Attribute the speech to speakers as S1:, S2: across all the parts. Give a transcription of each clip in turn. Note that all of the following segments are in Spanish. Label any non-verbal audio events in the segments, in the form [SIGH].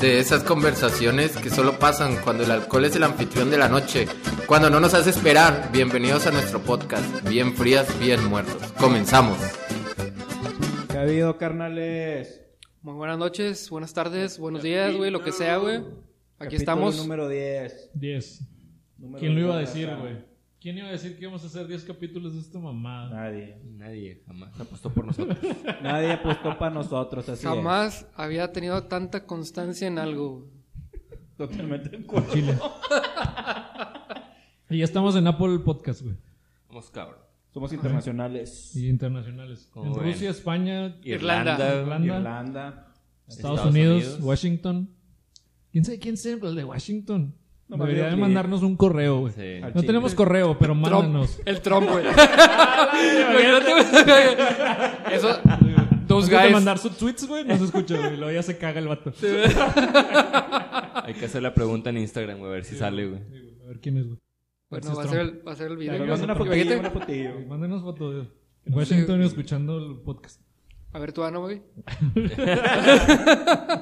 S1: de esas conversaciones que solo pasan cuando el alcohol es el anfitrión de la noche, cuando no nos hace esperar. Bienvenidos a nuestro podcast, bien frías, bien muertos. Comenzamos.
S2: ¿Qué ha habido, carnales?
S3: Muy buenas noches, buenas tardes, buenos días, güey, lo que sea, güey.
S2: Capítulo
S3: Aquí estamos.
S2: número 10.
S4: 10.
S2: Número
S4: ¿Quién lo iba a
S2: diez,
S4: decir,
S2: ajá.
S4: güey? ¿Quién iba a decir que íbamos a hacer 10 capítulos de esta mamada?
S2: Nadie.
S5: Nadie jamás apostó por nosotros.
S4: [LAUGHS]
S2: Nadie apostó para nosotros, así es.
S3: Jamás había tenido tanta constancia en algo.
S2: Totalmente de acuerdo.
S4: Por Chile. [LAUGHS] y ya estamos en Apple Podcast, güey.
S5: Vamos, cabrón.
S2: Somos internacionales.
S4: Y internacionales.
S5: ¿Cómo
S4: en
S5: ven?
S4: Rusia, España,
S3: Irlanda.
S4: Irlanda,
S2: Irlanda.
S4: Estados,
S5: Estados
S4: Unidos,
S5: Unidos.
S4: Washington. ¿Quién sabe quién es el de Washington?
S2: No me
S4: Debería
S2: creo
S4: de
S2: que-
S4: mandarnos un correo, güey.
S5: Sí.
S2: Al
S4: No
S2: chile.
S4: tenemos correo, pero mándanos.
S3: Trump, el Trump, güey. Imagínate, güey. [LAUGHS] Eso, dos
S4: Antes de
S3: guys.
S4: mandar sus tweets, güey, no se escucha, güey. Luego ya se caga el vato.
S5: [LAUGHS] Hay que hacer la pregunta en Instagram, güey, a ver si sale, güey.
S4: Sí, güey, A ver quién es, güey.
S3: Bueno,
S4: Versus
S3: va a ser
S4: Trump.
S3: el, va a ser el
S2: Nos
S3: video.
S2: manda una
S3: Porque
S2: fotillo, una
S3: imagínate-
S2: fotillo.
S4: Mándanos fotos de
S3: no
S4: Washington
S3: sé-
S4: escuchando el podcast.
S3: A ver, tú, Ana, güey.
S4: Entonces,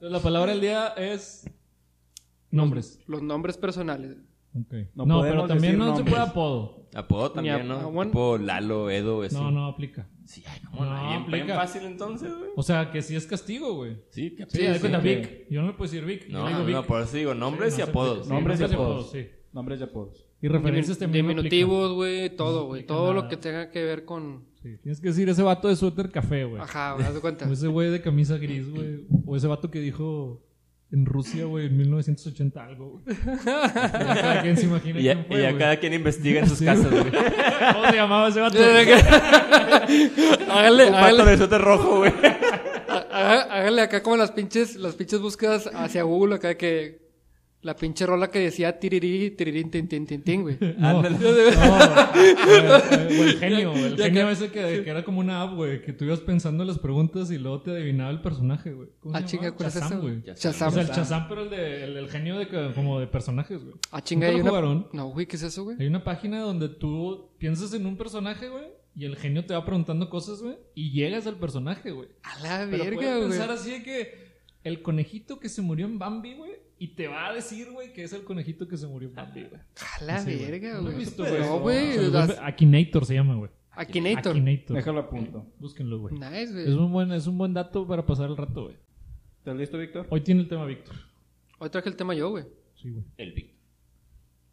S4: la palabra del día es nombres.
S3: Los nombres personales.
S2: No
S4: No, pero
S2: podemos
S4: también
S2: decir
S4: no se
S2: nombres.
S4: puede apodo.
S5: Apodo también,
S3: Ni
S5: ¿no?
S3: apodo.
S5: Tipo Lalo, Edo, eso.
S4: ah, No, no aplica.
S5: Pues Sí, ay, cómo no.
S4: No,
S5: bien- bien,
S4: aplica.
S5: fácil entonces, güey.
S4: O sea, que sí es castigo, güey.
S5: Sí, que
S4: Sí,
S5: aplica.
S4: haz cuenta,
S2: sí.
S4: Vic. Yo no le puedo decir Vic. yo
S5: No,
S4: le digo
S5: no,
S4: Vic.
S5: no, por eso digo nombres
S4: Sí,
S5: y
S4: no se aplica.
S5: apodos.
S4: Sí,
S2: Nombres y
S4: nombres y
S2: apodos.
S4: apodos, sí.
S2: Nombres de apodos.
S4: Y referencias también no
S3: Diminutivos, güey, todo, güey.
S4: aplica
S3: Todo
S4: nada.
S3: lo que tenga que ver con.
S4: aplica. Sí, Tienes que decir ese vato de suéter café, güey.
S3: Ajá, güey, haz de
S4: [LAUGHS]
S3: cuenta. [LAUGHS]
S4: O ese güey de camisa gris, güey. O ese vato que dijo en Rusia, güey, en 1980 algo,
S5: [LAUGHS]
S4: güey. Cada quien se imagina
S5: Y ya,
S4: quién fue,
S5: y ya
S4: güey.
S5: cada quien investiga en sus
S4: Sí,
S5: casas, güey.
S4: [LAUGHS] ¿Cómo se llamaba ese
S5: [LAUGHS]
S4: vato?
S3: hágale,
S4: pues,
S5: Un pato
S3: hágale,
S5: de sote
S4: [LAUGHS]
S5: rojo, güey.
S3: Há- Hágale acá como las pinches, las pinches búsquedas hacia Google, acá que la pinche rola que decía tiriri, tirirín, tin, tin, tin, tin, güey.
S5: Ándale.
S4: No, o el genio, güey.
S3: [LAUGHS]
S4: el
S3: Ya
S4: genio
S3: que-
S4: ese que, que era como una app, güey, que tú ibas pensando las preguntas y luego te adivinaba el personaje, güey. ¿Cómo
S3: Ah,
S4: se
S3: chinga,
S4: llamaba?
S3: ¿cuál es
S4: Shazam,
S3: esa?
S4: güey. O
S3: Shazam.
S4: sea, el Chazam, pero el, de, el, el genio de, que- como de personajes, güey.
S3: Ah, chinga,
S4: ¿Nunca
S3: hay
S4: lo
S3: una...
S4: jugaron?
S3: No, güey, ¿qué es eso, güey?
S4: Hay una página donde tú piensas en un personaje, güey, y el genio te va preguntando cosas, güey, y llegas al personaje, güey.
S3: A la
S4: Pero
S3: verga,
S4: puedes
S3: güey.
S4: pensar así de que el conejito que se murió en Bambi, güey, y te va a decir, güey, que es el conejito que se murió en
S3: Ah,
S4: Bambi, güey.
S3: A la
S4: Sí, güey.
S3: verga,
S4: ¿No lo
S3: güey.
S4: he visto, güey?
S3: No, güey.
S4: Se los
S3: las-
S4: vuelve- Akinator se llama, güey.
S3: Akinator.
S4: Akinator.
S2: Déjalo a punto.
S4: Búsquenlo, güey.
S3: Nice,
S4: Es
S3: güey.
S4: un, buen, es un buen dato para pasar el rato, güey.
S2: ¿Estás listo, Víctor?
S4: Hoy tiene el tema Víctor.
S3: Hoy traje el tema yo, güey.
S4: Sí, güey.
S5: El Vic.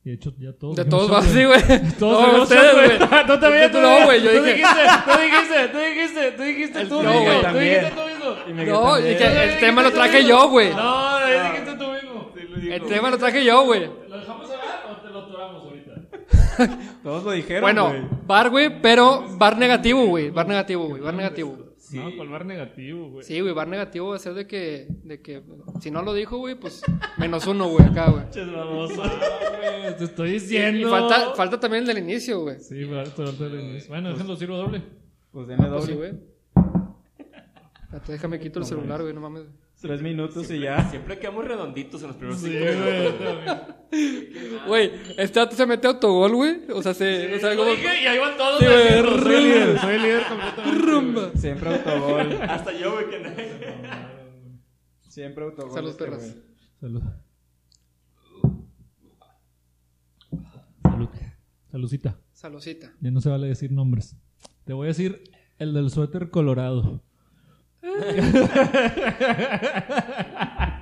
S4: Y de hecho, ya todos.
S3: De
S4: dijimos
S3: todos va
S4: shot,
S3: sí, güey.
S4: [LAUGHS] Todos
S3: No,
S4: dijimos
S3: ustedes, güey.
S4: shot, [LAUGHS] Tú
S3: Tú
S4: también, tú
S3: no,
S4: también.
S3: güey, yo
S4: Tú
S3: dije-
S4: dijiste, tú dijiste, tú dijiste, tú dijiste
S3: No,
S4: tú mismo.
S3: güey,
S4: Tú
S2: también.
S4: dijiste tú mismo.
S3: No, es
S4: Tú
S3: que el
S4: dijiste
S3: tema lo
S4: tú
S3: traje
S4: mismo.
S3: yo, güey.
S4: No, no, dijiste tú mismo.
S3: El tema lo traje yo, güey.
S4: ¿Lo dejamos hablar o te lo atoramos ahorita?
S2: Todos lo dijeron,
S3: Bueno,
S2: güey.
S3: bar, güey, pero bar negativo, güey. Bar negativo, güey. Bar negativo.
S4: No, colmar negativo, güey.
S3: Sí, güey, bar negativo va a ser de que, de que si no lo dijo, güey, pues menos uno, güey, acá, güey.
S4: Pinches baboso. ah, Te estoy
S3: Y
S4: diciendo.
S3: falta, falta también el del inicio, güey.
S4: Sí, falta, falta el inicio. Bueno, déjenlo sirvo doble.
S2: Pues denle
S3: Pues sí,
S2: doble.
S3: güey. Espérate, déjame quito el celular, güey, no mames.
S2: Tres minutos y ya.
S5: Siempre quedamos redonditos en los primeros
S4: Sí,
S5: cinco
S4: güey. también.
S3: Güey, este dato se mete autogol, güey. O sea, se. o sea,
S4: Lo
S3: como-
S4: dije y ahí van todos.
S3: Sí, güey.
S4: haciendo, Soy el líder, soy el líder completamente.
S3: Rumba.
S2: Siempre autogol.
S3: [LAUGHS]
S5: Hasta yo, güey, que no.
S2: Siempre autogol.
S3: Salud,
S2: este
S3: perras.
S2: güey.
S4: Salud. Salud. Salucita.
S3: Salosita.
S4: Ya no se vale decir nombres. Te voy a decir el del suéter colorado.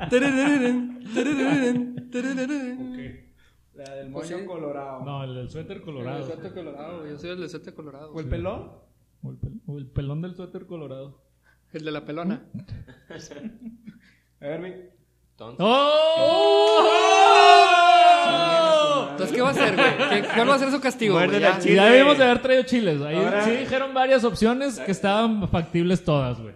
S3: Tararararán, tararararán, tararararán.
S2: La del
S3: Pues
S2: moño
S3: sí.
S2: colorado.
S4: No, el del suéter
S3: El
S4: colorado.
S3: Desierto Colorado, güey. Yo soy el Desierto Colorado.
S2: ¿O el pelón?
S4: O el, pel- o el pelón del suéter colorado.
S3: El de la pelona.
S2: A ver, Vic.
S5: Entonces,
S4: ¡Oh!
S3: Entonces, ¿qué va a hacer, güey? ¿Qué- ¿Cuál va a ser su castigo, güey? Ya.
S4: Y ya debimos de haber traído chiles. Ahí
S2: Ahora-
S4: sí dijeron varias opciones que estaban factibles todas, güey.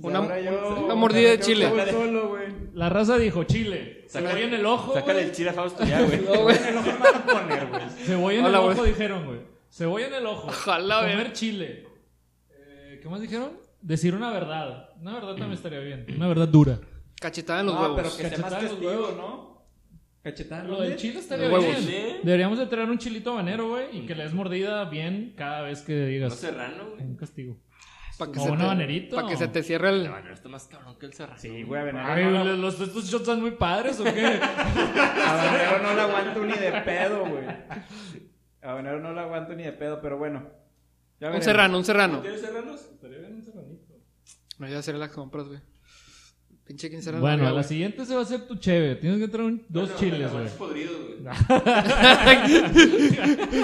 S3: Una-
S2: Ahora yo-
S3: una mordida de
S2: Yo
S3: chile.
S2: estoy solo, güey.
S4: La raza dijo chile. Se
S5: Sácale-
S4: en el ojo.
S5: sácale
S4: güey.
S5: el chile a Fausto ya,
S3: [LAUGHS]
S5: güey.
S3: No, güey.
S4: Cebolla en
S3: Hola,
S4: el
S3: güey.
S4: ojo, dijeron, güey. Cebolla en el
S5: [LAUGHS]
S4: ojo.
S3: Ojalá,
S4: Comer
S3: güey.
S4: chile. Eh, ¿Qué más dijeron? Decir una verdad. Una verdad
S5: Mm.
S4: también estaría bien. Una verdad dura.
S3: Cachetada en los
S2: Ah, pero
S3: huevos.
S2: que sea más
S4: Cachetada en los
S2: testigo,
S4: huevos.
S2: ¿no? Cachetada. en
S4: Lo
S2: los
S4: del
S2: dientes.
S4: chile estaría
S3: Los
S4: bien.
S3: huevos.
S4: Deberíamos de traer un chilito habanero, güey, y que le des mordida bien cada vez que
S5: No
S4: digas.
S5: serrano, güey.
S4: Un castigo.
S3: Para que,
S4: O
S3: se
S4: una
S3: te-
S4: banderita.
S3: pa' que se te cierre el.
S5: Bueno, esto este más cabrón que el cerrado.
S2: Sí, güey, a
S4: Ay,
S2: Venado. no lo-
S4: los, los- estos shots son muy padres,
S2: [LAUGHS]
S4: ¿o qué?
S2: A Venero no la aguanto ni de pedo, güey. A Venero no la aguanto ni de pedo, pero bueno. Ya
S3: Un
S2: veremos. [LAUGHS]
S3: serrano, un serrano.
S4: ¿Quieres serranos? Estaría bien un serranito.
S3: No, ya hacer las compras, güey. Pinche quien serrano.
S4: Bueno, a
S3: güey. [LAUGHS]
S4: la siguiente se va a hacer tu cheve. Tienes que traer un- dos chiles, güey.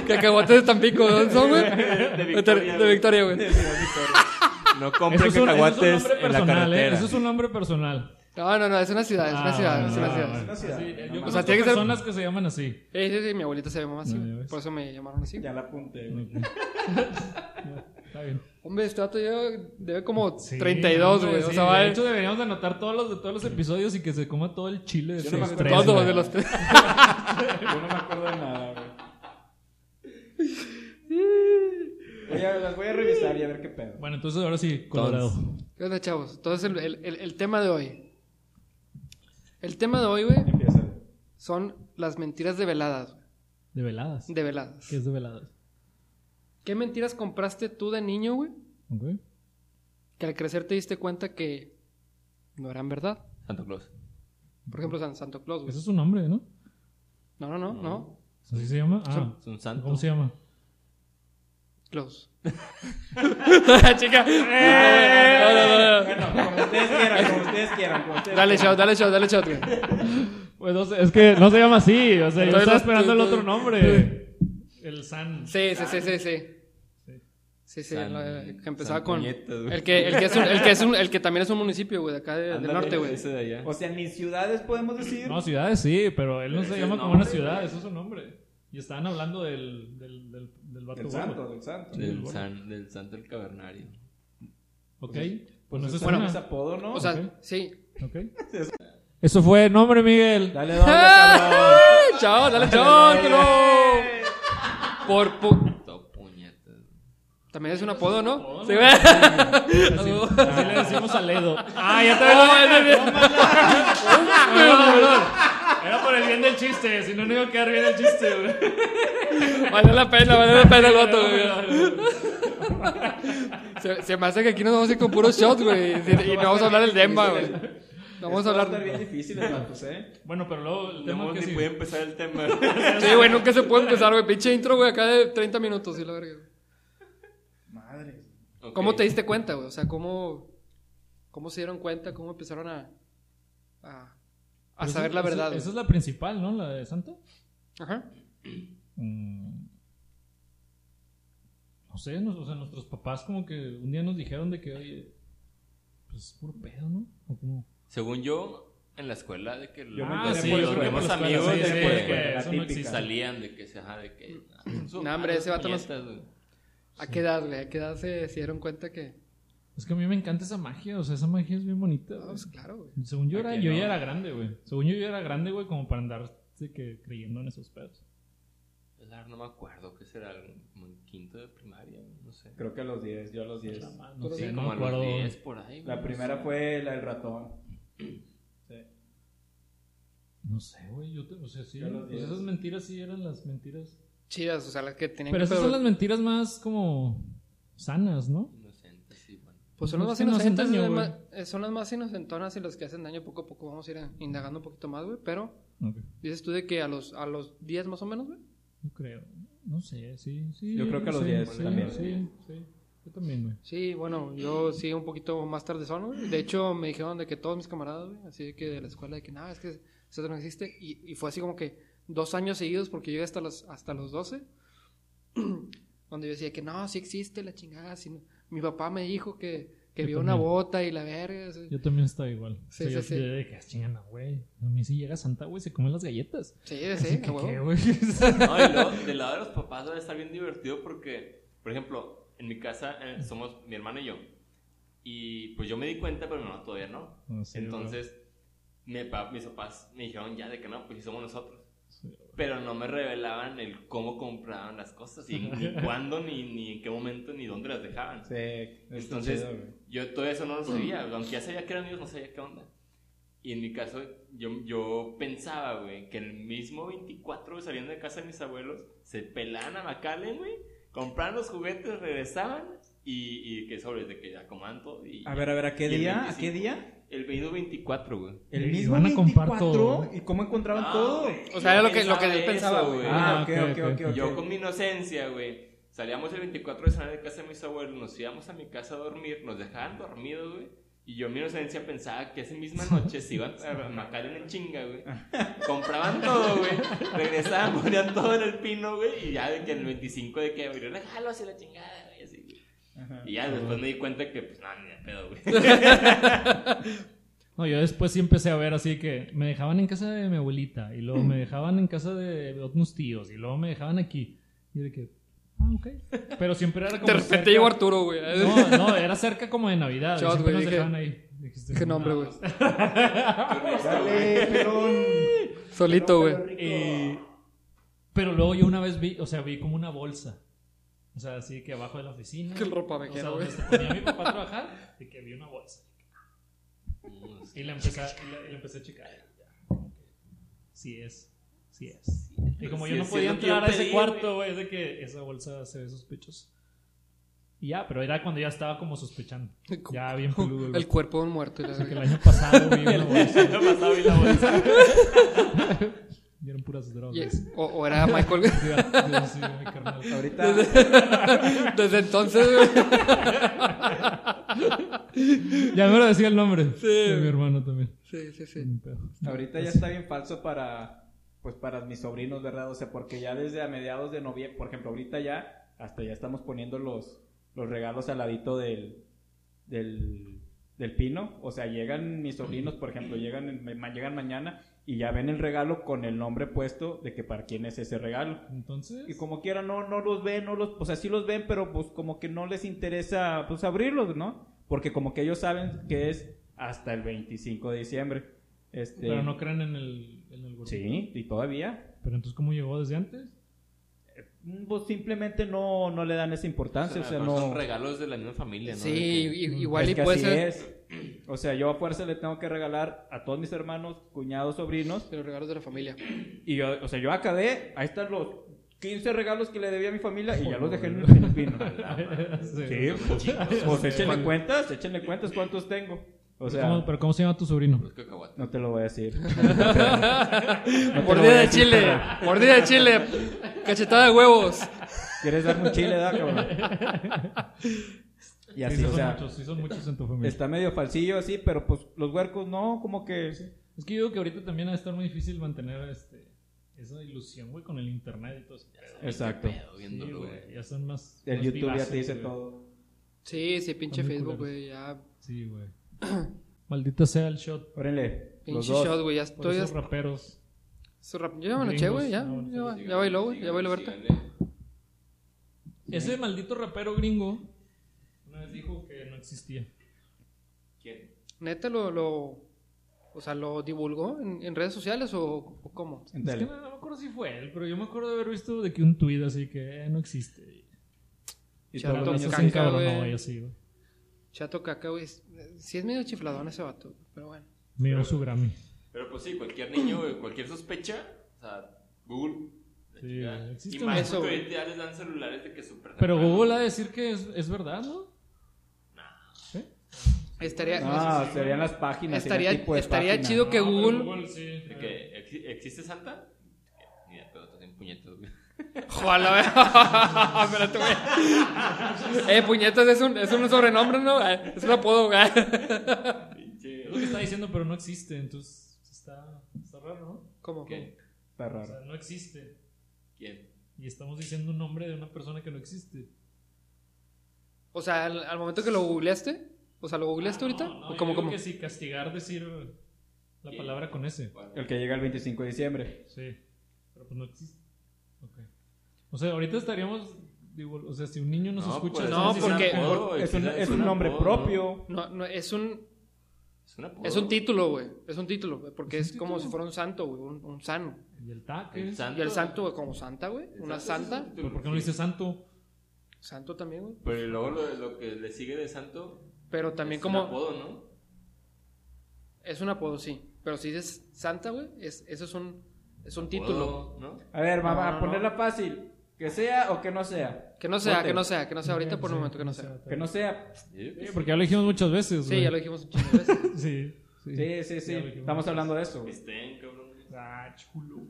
S3: Cacahuates de Tampico, ¿de dónde son, güey?
S2: De Victoria,
S3: De Victoria, güey.
S2: De Victoria.
S5: No
S4: Eso es,
S5: compren
S4: un, eso es un
S5: cacahuates
S4: nombre
S5: en la
S4: personal, ¿eh?
S5: carretera.
S4: Eso es un nombre personal.
S3: No, no, no, es una ciudad, es
S4: Ah,
S3: una ciudad,
S4: bueno,
S3: es una
S4: ah,
S3: ciudad.
S4: bueno.
S2: Es una ciudad.
S4: Sí, yo
S2: O sea,
S4: conozco
S3: tiene que ser-
S4: personas que se llaman así.
S3: Eh, sí, sí, mi abuelita se llamaba así,
S4: No, ya
S3: güey.
S4: ves.
S3: por eso me llamaron así.
S2: Ya la apunté, güey.
S4: Está bien.
S3: Hombre, este dato ya debe como
S4: Sí,
S3: 32,
S4: hombre,
S3: güey. o
S4: sí,
S3: sea, va
S4: de hecho deberíamos de anotar todos los de todos los episodios y que se coma todo el chile de
S2: Yo no me
S4: los
S2: acuerdo.
S4: tres,
S3: todo
S4: güey.
S3: de los tres. [LAUGHS]
S2: Yo no me acuerdo de nada, güey. Oye, las voy a revisar y a ver qué pedo.
S4: Bueno, entonces ahora sí, Colorado.
S3: ¿Qué onda, chavos? Entonces, el, el- el- el tema de hoy. El tema de hoy, güey,
S2: Empieza.
S3: son las mentiras develadas, güey.
S4: De veladas.
S3: Develadas.
S4: ¿Qué es de veladas?
S3: ¿Qué mentiras compraste tú de niño, güey?
S4: Ok.
S3: Que al crecer te diste cuenta que no eran verdad.
S5: Santo Claus.
S3: Por ejemplo, San Santo Claus, güey.
S4: Ese es su nombre, ¿no?
S3: No, no, no, no.
S4: ¿Así se llama? Ah,
S5: Es un santo.
S4: ¿cómo se llama?
S3: Claus. Ah, Chica. No, no, no, no.
S2: Bueno, como ustedes quieran, como ustedes quieran. Como ustedes
S3: Dale
S2: quieran.
S3: shot, dale shot, dale shot, güey.
S4: Pues no sé, es que no se llama así. O sea, yo
S3: Entonces,
S4: estaba
S3: los-
S4: esperando el
S3: los-
S4: otro nombre. El San.
S3: Sí, sí, sí, sí, sí. Sí, sí,
S5: San-
S3: lo- que empezaba
S5: San
S3: con
S5: Puñetas, güey.
S3: el que, el que es un, el que es un, el que también es un municipio, güey, de acá de- del
S5: Ándale,
S3: norte, güey.
S5: ese de allá.
S2: O sea, mis ciudades podemos decir.
S4: No, ciudades sí, pero él no
S5: Ese
S4: se llama
S5: es
S4: como una
S5: nombre,
S4: ciudad, eso es su nombre. Y estaban hablando del, del, del, del vato
S2: del
S4: gordo.
S2: santo, del santo.
S5: Del, san, del santo el cavernario.
S4: Ok. Pues no se
S2: Bueno,
S4: suena.
S2: es apodo, ¿no?
S3: O sea,
S4: Ok.
S3: sí.
S4: [LAUGHS] Ok. Eso fue el nombre, Miguel.
S2: Dale, doble, cabrón.
S3: Chao, dale chao, que no. Por pu-
S5: Todo puñetas. güey.
S3: también es un apodo, ¿no?
S4: apodo,
S3: Sí, güey.
S4: pues, Así le decimos a Ledo. Ah, ya te Perdón, perdón. Era por el bien del chiste, si no, no iba a quedar bien el chiste, güey.
S3: Vale la pena, vale la pena el vato, güey. Se, se me hace que aquí nos vamos a ir con puros shots, güey. Y, y no vamos a hablar del Demba, güey. No vamos a
S2: Esto va estar
S3: hablar.
S2: bien difícil, vatos, ¿eh?
S4: Bueno, pero luego el tema
S5: No,
S4: que
S5: ni
S4: sí. Pues
S5: pude empezar el tema.
S3: Sí, güey, nunca se puede empezar, güey. Pinche intro, güey, acá de 30 minutos, y la verga.
S2: Madre.
S5: [LAUGHS] Ok.
S3: ¿Cómo te diste cuenta, güey? O sea, ¿cómo, cómo se dieron cuenta? ¿Cómo empezaron a, a, a
S4: Pero
S3: saber
S4: esa-
S3: la
S4: esa-
S3: verdad?
S4: Esa,
S3: güey?
S4: es la principal, ¿no? La de Santo.
S3: Ajá.
S4: Mm. No sé, nos- o sea, nuestros papás como que un día nos dijeron de que, oye, pues puro pedo, ¿no? ¿O cómo?
S5: Según yo, en la escuela, de que
S2: Yo me
S5: ah,
S2: enteré
S5: sí,
S2: por la
S5: los
S2: escuela,
S5: mismos
S4: por la
S5: amigos
S4: escuela, sí,
S5: de
S4: sí,
S5: que,
S4: que eso no
S5: la típica,
S4: existe.
S5: salían de que se ajá, de que.
S3: No, hombre, ese vato no-
S5: puñetas, güey.
S3: ¿A qué edad, güey? ¿A qué edad se, se dieron cuenta que...?
S4: Es que a mí me encanta esa magia, o sea, esa magia es bien bonita.
S3: No,
S4: güey.
S3: pues claro, güey.
S4: Según yo, era,
S5: Aquí
S4: yo
S5: no.
S4: ya era grande, güey. Según yo, yo era grande, güey, como para andar de que, creyendo en esos pedos.
S5: Pues, ahora No me acuerdo, ¿qué será? Como en quinto de primaria, no sé.
S2: Creo que a los 10, yo a los 10.
S4: No
S5: Sí,
S4: sé, no me
S5: como a los
S4: acuerdo.
S5: 10 por ahí.
S2: La
S5: güey.
S2: primera fue la del ratón.
S4: No sé, güey, yo te, o sea, sí,
S2: Yo a los
S4: pues
S2: 10.
S4: esas mentiras sí eran las mentiras.
S3: Chidas, o sea, las que tenían
S4: Pero
S3: que...
S4: esas son las mentiras más como sanas, ¿no?
S5: Inocente, sí, bueno.
S3: Pues son las
S4: no
S3: más
S4: sé, no hacen
S3: inocentes,
S4: daño,
S3: son las
S4: güey.
S3: más- eh, son las más inocentonas y las que hacen daño poco a poco. Vamos a ir indagando un poquito más, güey, pero... Dices tú de que a los, a los 10 más o menos, güey.
S4: Yo creo, no sé, sí, sí.
S2: Yo creo que a los
S4: sí,
S2: 10
S4: sí,
S2: también.
S4: Sí, sí, yo también, güey.
S3: Sí, bueno, yo sí un poquito más tarde son, güey. De hecho, me dijeron de que todos mis camaradas, güey, así de que de la escuela, de que nada, es que eso no existe. Y, y fue así como que dos años seguidos, porque llegué hasta los, hasta los 12, [CLEARS THROAT] donde yo decía que no, sí existe la chingada. sí no". Mi papá me dijo que, que
S4: Yo
S3: vio una
S4: también.
S3: bota y la verga. así.
S4: Yo también estaba igual.
S3: Sí,
S4: o sea, yo,
S3: sí, sí.
S4: yo de que "Ah, chingada, güey. A mí si llega Santa, güey, se comen las galletas. [LAUGHS]
S3: Sí, sí,
S4: ¿Qué,
S3: a huevo.
S4: qué, güey?
S5: No, y luego, del lado de los papás debe estar bien divertido porque, por ejemplo, en mi casa eh, somos mi hermano y yo. Y pues yo me di cuenta, pero mi mamá todavía no.
S4: No, sí,
S5: Entonces, mi pa- mis papás me dijeron ya de que no, pues sí somos nosotros.
S4: Sí.
S5: Pero no me revelaban el cómo compraban las cosas, y
S4: [LAUGHS]
S5: ni cuándo, ni, ni en qué momento, ni dónde las dejaban.
S2: Sí, está
S5: Entonces,
S2: chido, güey.
S5: yo todo eso no lo sabía, aunque ya sabía que eran amigos, no sabía qué onda. Y en mi caso, yo, yo pensaba, güey, que el mismo 24, güey, saliendo de casa de mis abuelos, se pelaban a Macallen, güey, compraban los juguetes, regresaban y, y que sobre, de que acomodan todo. Y,
S2: A ver, a ver, ¿a
S5: y
S2: qué
S5: el
S2: día? ¿A
S5: 25.
S2: qué día?
S5: El 24, güey.
S2: El
S4: Y
S2: mismo
S4: van a comprar
S2: 24,
S4: todo.
S2: ¿Y cómo encontraban
S5: Ah,
S2: todo?
S5: güey,
S3: O sea, era lo que-
S5: yo
S3: lo que él pensaba,
S5: eso,
S3: güey.
S2: Ah,
S4: Ah,
S2: ok,
S4: ok,
S2: ok,
S4: ok.
S2: ok. ok.
S5: Yo con mi inocencia, güey. Salíamos el 24 de semana de casa de mis abuelos, nos íbamos a mi casa a dormir, nos dejaban dormidos, güey. Y yo en mi inocencia pensaba que esa misma noche se iban a matar una chinga, güey. Compraban todo, güey. Regresaban, ponían todo en el pino, güey. Y ya de que el 25 de que abrió regalos y la chingada, güey. Así, güey.
S2: Ajá.
S5: Y ya después me di cuenta que, pues, no, ni de pedo, güey.
S4: No, yo después sí empecé a ver así que me dejaban en casa de mi abuelita y luego me dejaban en casa de unos tíos y luego me dejaban aquí. Y de que, ah, ok. Pero siempre era como.
S3: De repente
S4: cerca-
S3: llegó Arturo, güey.
S4: No, no, era cerca como de Navidad. y
S3: Shot,
S4: siempre
S3: güey,
S4: nos
S3: dije-
S4: dejaban ahí. Dijiste,
S3: Qué nombre, güey.
S2: Dale, pelón.
S3: Solito, güey.
S2: Pelón, pelón rico.
S4: Eh, pero luego yo una vez vi, o sea, vi como una bolsa. O sea, así que abajo de la oficina.
S3: Qué ropa
S4: O sea,
S3: vejera,
S4: donde
S3: güey.
S4: se ponía mi papá a trabajar, de que vi una bolsa. Y la empecé a, y la, y la empecé a checar. Sí es, sí es. Y como
S5: Sí
S4: yo no
S5: es, sí
S4: podía
S5: es lo que yo
S4: entrar a ese
S5: pedí,
S4: cuarto, güey, es de que esa bolsa se ve sospechosa. Y ya, pero era cuando ya estaba como sospechando. Ya, bien peludo. güey.
S3: El cuerpo de un muerto. y la
S4: Que el [LAUGHS]
S3: verga.
S4: año pasado vi una bolsa.
S5: Lo pasaba y la bolsa.
S4: Y eran puras drogas.
S3: Y- o, o era Michael.
S4: [LAUGHS]
S3: güey.
S4: Yo- yo sí, mi carnal.
S2: Ahorita,
S3: Desde entonces, güey.
S4: Ya me lo decía el nombre.
S3: Sí.
S4: De mi hermano también.
S3: Sí, sí, sí.
S4: Ni pedo.
S2: ahorita ya está bien falso para, pues, para mis sobrinos, ¿verdad? O sea, porque ya desde a mediados de noviembre, por ejemplo, ahorita ya, hasta ya estamos poniendo los, los regalos al ladito del, del, del pino. O sea, llegan mis sobrinos, por ejemplo, llegan, en- ma- llegan mañana y ya ven el regalo con el nombre puesto de que para quién es ese regalo.
S4: Entonces.
S2: Y como quiera, no, no los ven, no los, o sea, sí los ven, pero pues como que no les interesa pues abrirlos, ¿no? Porque como que ellos saben que es hasta el 25 de diciembre. Este,
S4: Pero no creen en el, en el gordito.
S2: Sí, pues, y todavía.
S4: Pero entonces, ¿cómo llegó desde antes? [LAUGHS]
S2: mm, Pues simplemente no, no le dan esa importancia, Ah, o sea,
S5: Son
S2: no.
S5: regalos de la misma familia, ¿no?
S3: Sí,
S5: De que-
S3: y- igual
S2: es
S3: y
S2: que
S3: puede
S2: así
S3: ser.
S2: es. O sea, yo a fuerza le tengo que regalar a todos mis hermanos, cuñados, sobrinos.
S3: De los regalos de la familia.
S2: Y yo, o sea, yo acabé, ahí están los 15 regalos que le debía a mi familia y ya los dejé en el- en
S3: [LAUGHS]
S2: el pino. Sí, pues, pues échenle cuentas, échenle cuentas cuántos tengo. O sea, pues,
S4: ¿Cómo- ¿Pero cómo se llama tu sobrino?
S5: Los cacahuates.
S2: no te lo voy a decir.
S3: [LAUGHS]
S2: [LAUGHS]
S3: Mordida de chile. Mordida de chile. Cachetada de huevos.
S2: ¿Quieres darme un chile, da, cabrón? Y así,
S4: sí,
S2: o
S4: son
S2: sea,
S4: muchos, sí son muchos en tu familia.
S2: está medio falsillo así, pero pues los huercos no, como que...
S4: Es que yo digo que ahorita también va a estar muy difícil mantener este, esa ilusión, güey, con el internet y todo eso.
S2: Exacto.
S5: Pedo, bien
S4: Sí,
S5: duro,
S4: güey,
S5: güey.
S4: ya son más.
S2: El
S4: más
S2: YouTube ya
S4: vivazos,
S2: te dice
S4: güey.
S2: todo.
S3: Sí, sí, pinche
S4: Son muy
S3: Facebook,
S4: culeros.
S3: güey. Ya.
S4: Sí, güey.
S2: [CLEARS THROAT]
S4: Maldita sea el shot.
S2: Órale, los
S3: Pinche
S2: dos.
S3: shot, güey. Ya
S4: Por
S3: estoy.
S4: esos
S3: hasta-
S4: raperos.
S3: su rap- Yo ya me lo eché, güey. Ya.
S4: Gringos, no,
S3: Ya va-
S5: Síganle,
S3: ya bailó, güey. Ya bailó
S5: síganle,
S3: Berta.
S5: síganle.
S4: Ese maldito rapero gringo una vez dijo que no existía.
S5: ¿Quién?
S3: ¿Neta lo, lo- o sea, lo divulgó en, en redes sociales o, o cómo?
S2: En
S4: Es que
S2: tele.
S4: no, no me acuerdo si fue él, pero yo me acuerdo de haber visto de que un tuit así que eh, no existe.
S2: Y
S3: Chato
S2: todos los
S4: Eso
S2: niños-
S4: se
S3: caca,
S4: encabronó,
S3: güey.
S4: güey, así, güey.
S3: Chato Caca, güey. es- Sí es medio chifladón ese vato, pero bueno.
S4: Me dio su Grammy.
S5: Pero pues sí, cualquier niño, güey, cualquier sospecha, o sea, Google. la
S4: Sí,
S5: chingada.
S4: güey, existe
S5: y más
S3: eso,
S5: porque
S3: güey.
S5: ahorita ya les dan celulares de que súper
S4: Pero
S5: temprano.
S4: Google ha de decir que es, es verdad, ¿no? ¿Sí?
S3: Estaría,
S2: Ah, serían las páginas. sería
S3: estaría,
S2: tipo de
S3: estaría
S2: página.
S3: chido que
S4: No, pero
S3: Google...
S4: sí.
S5: De
S4: eh,
S5: que, ¿ex- ¿existe Santa? Mira, pero estás en puñetos, güey.
S3: Ojalá, güey. [LAUGHS] Espérate, güey. Eh, puñetas, es un, es un sobrenombre, ¿no? Eh, Es un apodo, güey.
S4: Es lo que está diciendo, pero no existe, entonces está, está raro, ¿no?
S3: ¿Cómo?
S5: ¿Quién?
S2: Está
S4: O
S2: raro.
S4: sea, no existe.
S5: ¿Quién?
S4: Y estamos diciendo un nombre de una persona que no existe.
S3: O sea, al, al momento que lo googleaste, o sea, ¿lo googleaste ahorita?
S4: Ah, No, no,
S3: ¿O
S4: yo
S3: cómo,
S4: digo
S3: cómo?
S4: que sí, castigar decir la palabra con ese.
S2: El que llega el 25 de diciembre.
S4: Sí. Pero pues no existe. Ok. O sea, ahorita estaríamos. Digo, o sea, si un niño nos escucha.
S5: pues,
S3: No,
S4: estamos
S5: es un
S4: diciendo-
S3: porque-
S5: apodo, güey,
S2: Es un,
S5: quizás
S2: es un nombre
S5: apodo, ¿no?
S2: propio.
S3: No, no, es un,
S5: Es un apodo.
S3: es un título, güey. Es un título, güey, porque
S4: ¿Es
S3: es,
S4: un
S3: como
S4: título?
S3: si fuera un santo, güey, un, un sano.
S4: Y el taque.
S5: El santo.
S3: Y el santo, güey, como santa, güey.
S5: El
S3: Una
S5: santo es un
S3: santa.
S5: título,
S4: Pero ¿Por qué no
S5: sí.
S4: dice santo?
S3: Santo también, güey.
S5: Pero luego lo, lo que le sigue de santo.
S3: Pero también
S5: es
S3: como...
S5: Un apodo, ¿no?
S3: Es un apodo, sí. Pero si dices santa, güey, es, eso es un, es un título.
S5: Apodo, ¿no?
S2: A ver, mamá,
S3: No, no,
S2: ponerla fácil. Que sea o que no sea.
S3: Que no sea,
S2: Voten.
S3: que no sea, que no sea ahorita por el momento, que no sea.
S2: Que no sea.
S4: Sí,
S5: pues,
S4: porque ya lo dijimos muchas veces,
S3: Sí,
S4: güey.
S3: ya lo dijimos un chingo de veces. [LAUGHS]
S4: Sí, sí.
S2: Sí, sí, sí.
S4: Ya lo dijimos.
S2: Estamos hablando de eso. güey.
S5: Estén, cabrón.
S4: Ah, chulo.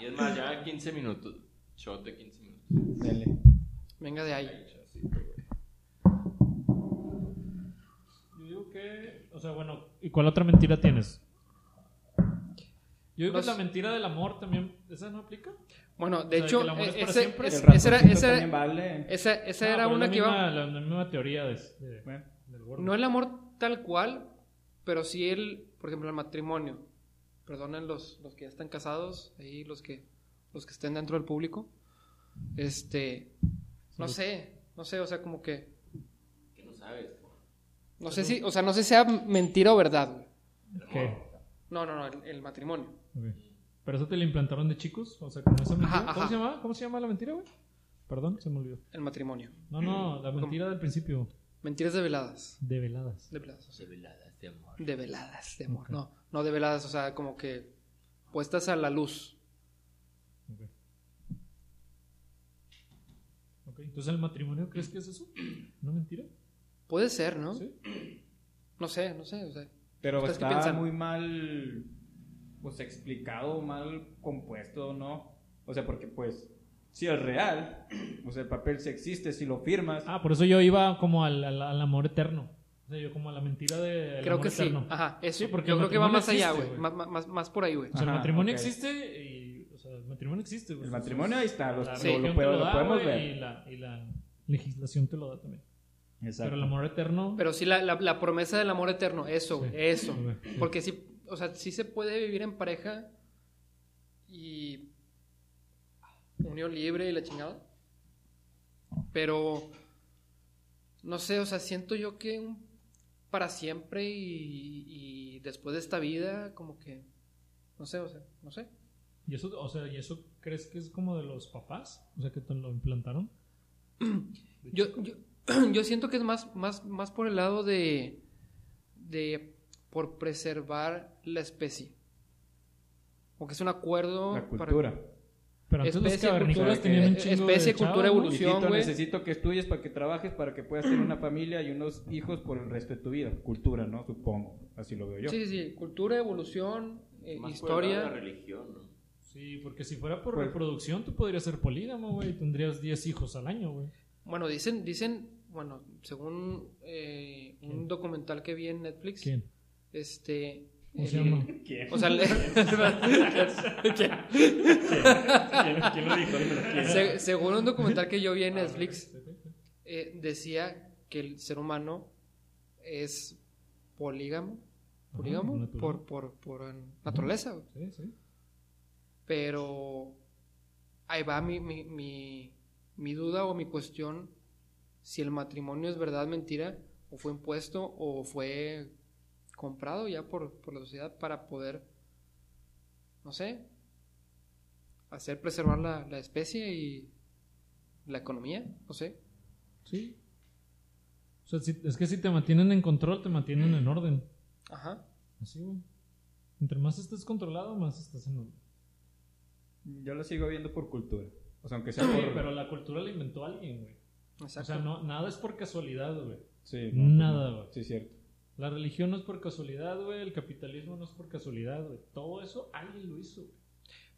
S5: Y es más, ya 15 minutos. Shot de 15 minutos.
S2: Dele.
S3: Venga de ahí.
S4: Yo digo que... O sea, bueno, ¿y cuál otra mentira tienes? Yo digo
S3: No
S4: que la
S3: sé.
S4: mentira del amor también... ¿Esa no aplica?
S3: Bueno, de
S4: O sea,
S3: hecho,
S4: que el amor es
S3: eh,
S4: para
S3: ese,
S4: siempre.
S3: es-
S2: El
S3: esa era,
S2: ratoncito
S3: esa
S2: también
S3: era,
S2: vale.
S3: esa, esa
S4: No,
S3: era
S4: Ah, pero es
S3: una
S4: la
S3: que iba...
S4: misma- La, la misma teoría de, de-
S2: Bueno,
S4: del gordo.
S3: No el amor tal cual, pero sí el, por ejemplo, el matrimonio. Perdonen los, los que ya están casados, ahí los que, los que estén dentro del público. Este, no sé, no sé, o sea, como que,
S5: Que no sabes.
S3: no sé si, o sea, no sé si sea mentira o verdad. güey.
S4: ¿Qué?
S3: No, no, no, el, el matrimonio.
S4: Ok. ¿Pero eso te lo implantaron de chicos? O sea, con esa mentira.
S3: Ajá,
S4: ¿Cómo,
S3: ajá.
S4: se llama? ¿Cómo se llama la mentira, güey? Perdón, se me olvidó.
S3: El matrimonio.
S4: No, no,
S3: Mm.
S4: la mentira del principio.
S3: Mentiras develadas.
S4: De veladas.
S3: Develadas, o sea,
S5: Reveladas de amor.
S3: develadas, de amor.
S4: Ok.
S3: No, no develadas, o sea, como que puestas a la luz.
S4: Ok. Ok, entonces el matrimonio, ¿crees que es eso? ¿No mentira?
S3: Puede ser, ¿no?
S4: ¿Sí?
S3: No sé, no sé, o sea.
S2: Pero
S3: ¿Ustedes qué
S2: está
S3: piensan?
S2: muy mal, pues explicado, mal compuesto, ¿no? O sea, porque pues, si es real, o sea, el papel si existe, si lo firmas,
S4: Ah, por eso yo iba como al, al, al amor eterno. O sea, yo como a la mentira de.
S3: Creo que
S4: eterno.
S3: sí. Ajá, eso.
S4: Sí, porque
S3: yo
S4: el
S3: creo que va
S4: matrimonio
S3: más allá,
S4: existe,
S3: güey. Más,
S4: güey.
S3: más, más por ahí, güey.
S4: O sea, el
S2: Ajá,
S4: matrimonio
S2: ok.
S4: existe y. O sea, el matrimonio existe. güey.
S2: el matrimonio ahí está, lo,
S4: pues, La
S2: lo-
S4: religión
S2: lo
S4: te
S2: puedo- lo
S4: da,
S2: podemos
S4: güey,
S2: ver.
S4: Y la, y la legislación te lo da también. Pero
S2: Exacto.
S4: el amor eterno.
S3: Pero sí, la, la, la promesa del amor eterno, eso,
S4: Sí.
S3: güey, eso.
S4: A ver, sí.
S3: Porque sí, o sea, sí se puede vivir en pareja y unión libre y la chingada. Pero, no sé, o sea, siento yo que un- para siempre y, y después de esta vida, como que, no sé, o sea, no sé.
S4: ¿Y eso, o sea, ¿y eso crees que es como de los papás? O sea, que te lo implantaron.
S3: Yo, yo, [CLEARS THROAT] yo siento que es más, más, más por el lado de, de por preservar la especie. Porque es un acuerdo.
S2: la
S3: para-
S2: cultura.
S4: Pero antes los
S3: Especie,
S4: cavernícolas
S2: cultura,
S4: tenían un
S3: eh,
S4: chingo
S3: especie,
S4: de chavas,
S3: cultura,
S4: ¿no?
S3: evolución.
S2: Hijito,
S3: güey.
S2: necesito que estudies para que trabajes, para que puedas tener una familia y unos hijos por el resto de tu vida. Cultura, ¿no? Supongo, así lo veo yo.
S3: sí, sí, sí. Cultura, evolución, eh,
S5: Más por el lado
S3: historia.
S5: de la religión, ¿no?
S4: Sí, porque si fuera por
S2: Pues-
S4: reproducción, tú podrías ser polígamo, güey. Tendrías 10 hijos al año, güey.
S3: Bueno, dicen, dicen, bueno, según eh, un documental que vi en Netflix,
S4: ¿Quién?
S3: este.
S4: ¿Cómo se
S3: el-
S4: [LAUGHS] llama?
S2: [LAUGHS] ¿Quién?
S3: O sea,
S5: [LAUGHS]
S3: le- [LAUGHS]
S5: ¿Quién lo dijo?
S3: Se- según un documental que yo vi
S5: Ah,
S3: en Netflix, eh, decía que el ser humano es polígamo,
S4: Ajá,
S3: polígamo
S4: natural.
S3: por, por, por eh, naturaleza, güey.
S4: Sí, sí.
S3: pero ahí va mi, mi, mi, mi duda o mi cuestión, si el matrimonio es verdad, mentira, o fue impuesto o fue comprado ya por, por la sociedad para poder, no sé, hacer preservar la, la especie y la economía, no sé.
S4: Sí. O sea, si- es que si te mantienen en control, te mantienen en orden.
S3: Ajá.
S4: Así, güey. Entre más estés controlado, más estás en orden.
S2: Yo lo sigo viendo por cultura. O sea, aunque sea
S4: Sí,
S2: por...
S4: pero la cultura la inventó alguien, güey.
S3: Exacto.
S4: O sea, no, nada es por casualidad, güey.
S2: Sí, pues
S4: Nada, güey.
S2: Sí, cierto.
S4: La religión no es por casualidad, güey. El capitalismo no es por casualidad, güey. Todo eso alguien lo hizo, güey.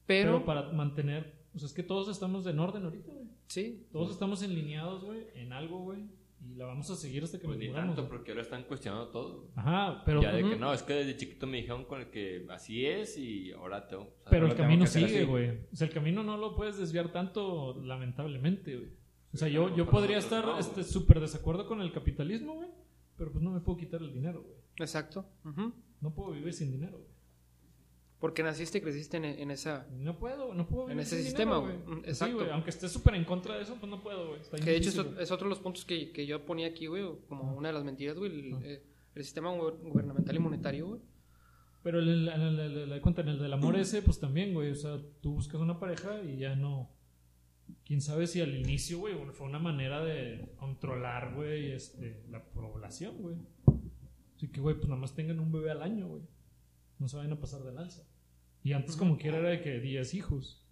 S4: Pero,
S3: pero,
S4: para mantener... O sea, es que todos estamos en orden ahorita, güey.
S3: sí,
S4: Todos estamos enlineados, güey, en algo, güey. Y la vamos a seguir hasta que
S5: Pues
S4: nos
S5: ni
S4: muramos,
S5: tanto,
S4: güey.
S5: porque ahora están cuestionando todo.
S4: Ajá, pero...
S5: ya de
S4: ujú.
S5: que no, es que desde chiquito me dijeron con el que así es y ahora tengo. o sea,
S4: Pero
S2: Ahora
S4: el
S2: tengo
S4: camino
S2: que hacer
S4: sigue,
S2: así.
S4: güey. O sea, el camino no lo puedes desviar tanto, lamentablemente, güey. O sea,
S5: Sí,
S4: yo,
S5: pero
S4: yo
S5: para
S4: podría
S5: nosotros
S4: estar
S5: no,
S4: este,
S5: güey.
S4: súper desacuerdo con el capitalismo, güey. Pero pues no me puedo quitar el dinero, güey.
S3: exacto. ujú.
S4: No puedo vivir sin dinero, güey.
S3: Porque naciste y creciste en, en esa...
S4: No puedo, no puedo
S3: En
S4: vivir
S3: ese
S4: sin
S3: sistema,
S4: dinero,
S3: güey. Mm,
S4: Así,
S3: exacto.
S4: güey, Aunque esté súper en contra de eso, pues no puedo, güey. Está
S3: Que de hecho es,
S4: difícil,
S3: ot- es otro de los puntos que, que yo ponía aquí, güey, como una de las mentiras, güey, el,
S4: Ah.
S3: eh, el sistema guber- gubernamental y monetario, güey.
S4: Pero en el, en el- en el- cuenta, en el del amor ese, pues también, güey. O sea, tú buscas una pareja y ya no. Quién sabe si al inicio, güey, fue una manera de controlar, güey, este, la población, güey. Así que, güey, pues nada más tengan un bebé al año, güey. No se vayan a pasar de lanza. Y antes, como quiera, era de que 10 hijos.